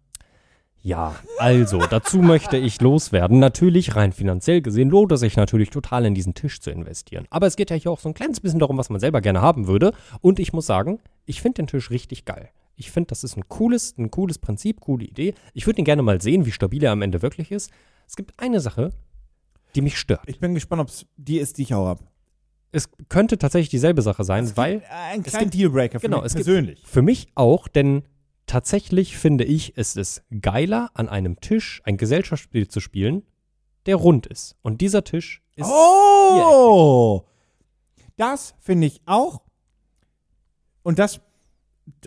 Ja, also, dazu möchte ich loswerden. Natürlich, rein finanziell gesehen, lohnt es sich natürlich total in diesen Tisch zu investieren. Aber es geht ja hier auch so ein kleines bisschen darum, was man selber gerne haben würde. Und ich muss sagen, ich finde den Tisch richtig geil. Ich finde, das ist ein cooles, ein cooles Prinzip, coole Idee. Ich würde ihn gerne mal sehen, wie stabil er am Ende wirklich ist. Es gibt eine Sache, die mich stört.
Ich bin gespannt, ob es die ist, die ich auch habe.
Es könnte tatsächlich dieselbe Sache sein, weil
Ein
Es
kleiner
gibt-
Dealbreaker für
genau,
mich
es gibt-
persönlich.
Für mich auch, denn tatsächlich finde ich, ist es geiler, an einem Tisch ein Gesellschaftsspiel zu spielen, der rund ist. Und dieser Tisch ist.
oh! Das finde ich auch. Und das.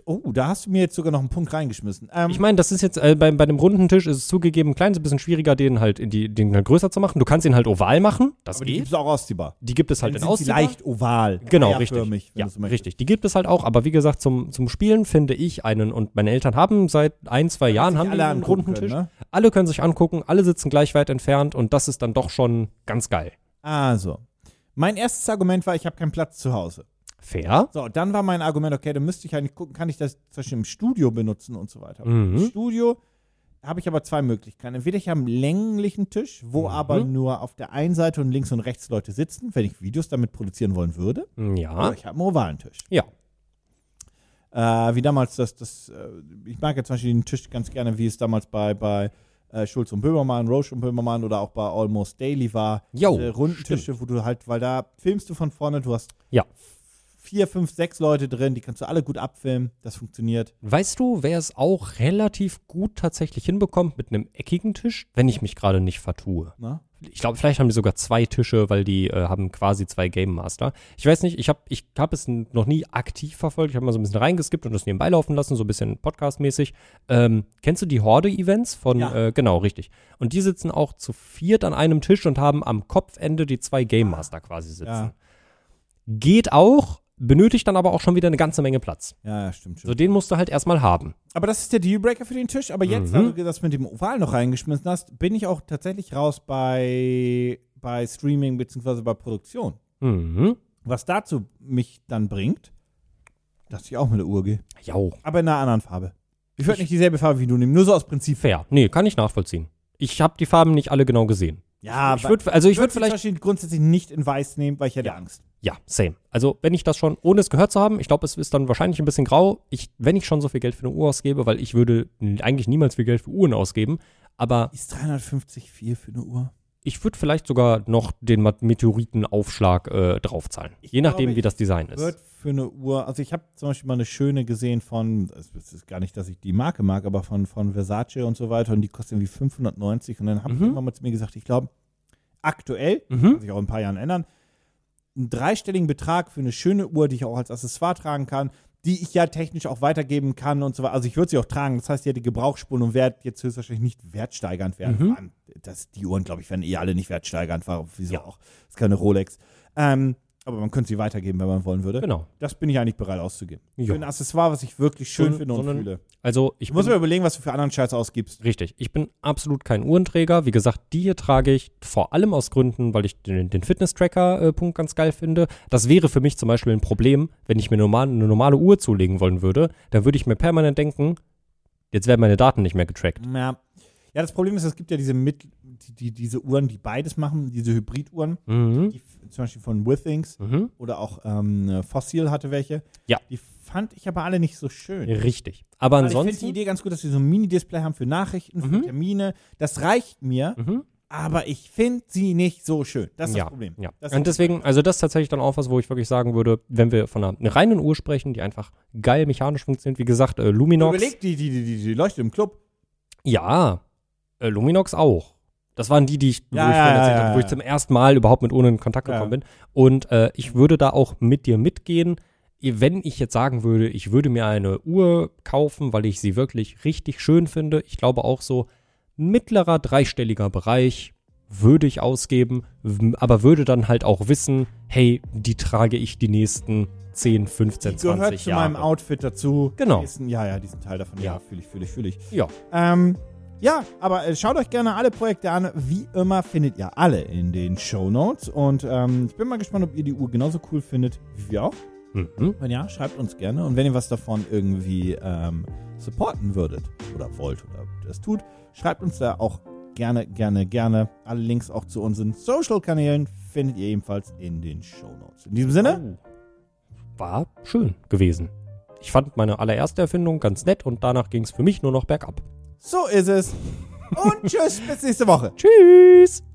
Oh, da hast du mir jetzt sogar noch einen Punkt reingeschmissen. Ähm,
Ich meine, das ist jetzt äh, bei, bei dem runden Tisch ist es zugegeben ein kleines bisschen schwieriger, den halt in die, den halt größer zu machen. Du kannst ihn halt oval machen, das
aber die
geht.
gibt's auch ausziehbar.
Die gibt es halt
Dann
in
sind sie
Ausziehbar.
leicht oval.
Genau,
Für
richtig.
mich,
ja, richtig. Die gibt es halt auch, aber wie gesagt, zum, zum Spielen finde ich einen und meine Eltern haben seit ein, zwei Jahren
sich
haben die
alle
einen
angucken
runden
können,
Tisch.
ne?
Alle können sich angucken, alle sitzen gleich weit entfernt und das ist dann doch schon ganz geil.
Also, mein erstes Argument war, ich habe keinen Platz zu Hause.
Fair.
So, dann war mein Argument, okay, dann müsste ich eigentlich gucken, kann ich das zum Beispiel im Studio benutzen und so weiter.
Mhm.
Im Studio habe ich aber zwei Möglichkeiten. Entweder ich habe einen länglichen Tisch, wo
Mhm.
aber nur auf der einen Seite und links und rechts Leute sitzen, wenn ich Videos damit produzieren wollen würde.
Ja.
Oder ich habe einen ovalen Tisch.
Ja.
Äh, wie damals das, das äh, ich mag ja zum Beispiel den Tisch ganz gerne, wie es damals bei, bei äh, Schulz und Böhmermann, Roche und Böhmermann oder auch bei Almost Daily war.
Jo,
Diese runden Tische, wo du halt, weil da filmst du von vorne, du hast
Ja.
vier, fünf, sechs Leute drin, die kannst du alle gut abfilmen, das funktioniert.
Weißt du, wer es auch relativ gut tatsächlich hinbekommt mit einem eckigen Tisch, wenn ich mich gerade nicht vertue?
Ne?
Ich glaube, vielleicht haben die sogar zwei Tische, weil die äh, haben quasi zwei Game Master. Ich weiß nicht, ich habe ich hab es n- noch nie aktiv verfolgt. Ich habe mal so ein bisschen reingeskippt und das nebenbei laufen lassen, so ein bisschen podcastmäßig. Ähm, kennst du die Horde-Events von,
Ja.
äh, genau, richtig. Und die sitzen auch zu viert an einem Tisch und haben am Kopfende die zwei Game Master quasi sitzen.
Ja.
Geht auch, benötigt dann aber auch schon wieder eine ganze Menge Platz.
Ja, ja, stimmt schon.
So, den musst du halt erstmal haben.
aber das ist der Dealbreaker für den Tisch. Aber
Mhm.
jetzt, da du das mit dem Oval noch reingeschmissen hast, bin ich auch tatsächlich raus bei, bei Streaming bzw. bei Produktion.
Mhm.
Was dazu mich dann bringt, dass ich auch mit der Uhr gehe.
Jau.
Aber in einer anderen Farbe. Ich würde nicht dieselbe Farbe wie du nehmen, nur so aus Prinzip.
Fair. Nee, kann ich nachvollziehen. Ich habe die Farben nicht alle genau gesehen.
Ja,
Ich würd, also ich würde vielleicht.
wahrscheinlich grundsätzlich nicht in weiß nehmen, weil ich hätte Angst.
Ja, same. Also wenn ich das schon, ohne es gehört zu haben, ich glaube, es ist dann wahrscheinlich ein bisschen grau. Ich, wenn ich schon so viel Geld für eine Uhr ausgebe, weil ich würde n- eigentlich niemals viel Geld für Uhren ausgeben, aber
Ist 350 viel für eine Uhr?
ich würde vielleicht sogar noch den Ma- Meteoritenaufschlag äh, draufzahlen. Je
glaube,
nachdem, wie
ich
das Design ist.
Wird für eine Uhr, also ich habe zum Beispiel mal eine schöne gesehen von, es ist gar nicht, dass ich die Marke mag, aber von, von Versace und so weiter und die kostet irgendwie 590 und dann haben die immer mal zu mir gesagt, ich glaube, aktuell, kann sich auch in ein paar Jahren ändern, einen dreistelligen Betrag für eine schöne Uhr, die ich auch als Accessoire tragen kann, die ich ja technisch auch weitergeben kann und so weiter. Also ich würde sie auch tragen, das heißt, die hätte Gebrauchsspuren und Wert jetzt höchstwahrscheinlich nicht wertsteigernd werden. Mann, Das, die Uhren, glaube ich, werden eh alle nicht wertsteigernd, warum, wieso auch? ist keine Rolex. Ähm, aber man könnte sie weitergeben, wenn man wollen würde.
Genau.
Das bin ich eigentlich bereit auszugeben.
Ja.
Für ein Accessoire, was ich wirklich schön
So-
finde
so
und
einen-
fühle.
Also ich
Ich muss
bin-
mir überlegen, was du für anderen Scheiß ausgibst.
Richtig. Ich bin absolut kein Uhrenträger. Wie gesagt, die hier trage ich vor allem aus Gründen, weil ich den, den Fitness-Tracker-Punkt ganz geil finde. Das wäre für mich zum Beispiel ein Problem, wenn ich mir normal, eine normale Uhr zulegen wollen würde. Dann würde ich mir permanent denken, jetzt werden meine Daten nicht mehr getrackt.
Ja. Ja, das Problem ist, es gibt ja diese, Mit die, die, diese Uhren, die beides machen, diese Hybriduhren,
Mhm.
die f- zum Beispiel von Withings
Mhm.
oder auch ähm, eine Fossil hatte welche.
Ja.
Die fand ich aber alle nicht so schön.
Richtig. Aber
Also ich finde die
ansonsten. Mhm.
Idee ganz gut, dass sie so ein Mini-Display haben für Nachrichten, für Termine. Das reicht mir. aber ich finde sie nicht so schön. Das ist
ja,
das Problem.
ja.
Das
und
ist-
deswegen, also das ist tatsächlich dann auch was, wo ich wirklich sagen würde, wenn wir von einer, einer reinen Uhr sprechen, die einfach geil mechanisch funktioniert, wie gesagt, äh, Luminox.
Überleg, die, die, die, die, die leuchtet im Club.
Ja, äh, Luminox auch. Das waren die, die ich,
Ja,
wo, ich
ja,
vorhin
ja,
erzählt
ja,
habe, wo ich
ja.
zum ersten Mal überhaupt mit ohne in Kontakt
Ja.
gekommen bin. Und äh, ich würde da auch mit dir mitgehen, wenn ich jetzt sagen würde, ich würde mir eine Uhr kaufen, weil ich sie wirklich richtig schön finde. Ich glaube auch so mittlerer dreistelliger Bereich würde ich ausgeben, w- aber würde dann halt auch wissen, hey, die trage ich die nächsten 10, 15,
Die
20
gehört zu
Jahre.
meinem Outfit dazu.
Genau.
Die ist ein- ja, ja, diesen Teil davon. Ja,
Ja.
fühle ich, fühle ich, fühle ich.
Ja.
Ähm, ja, aber äh, schaut euch gerne alle Projekte an. Wie immer findet ihr alle in den Show Notes. Und ähm, ich bin mal gespannt, ob ihr die Uhr genauso cool findet wie wir auch.
Mhm.
Wenn ja, schreibt uns gerne. Und wenn ihr was davon irgendwie ähm, supporten würdet oder wollt oder das tut, schreibt uns da auch gerne, gerne, gerne. Alle Links auch zu unseren Social-Kanälen findet ihr ebenfalls in den Show Notes. In diesem Sinne,
Oh. war schön gewesen. Ich fand meine allererste Erfindung ganz nett und danach ging es für mich nur noch bergab.
so ist es. Und tschüss, bis nächste Woche.
Tschüss!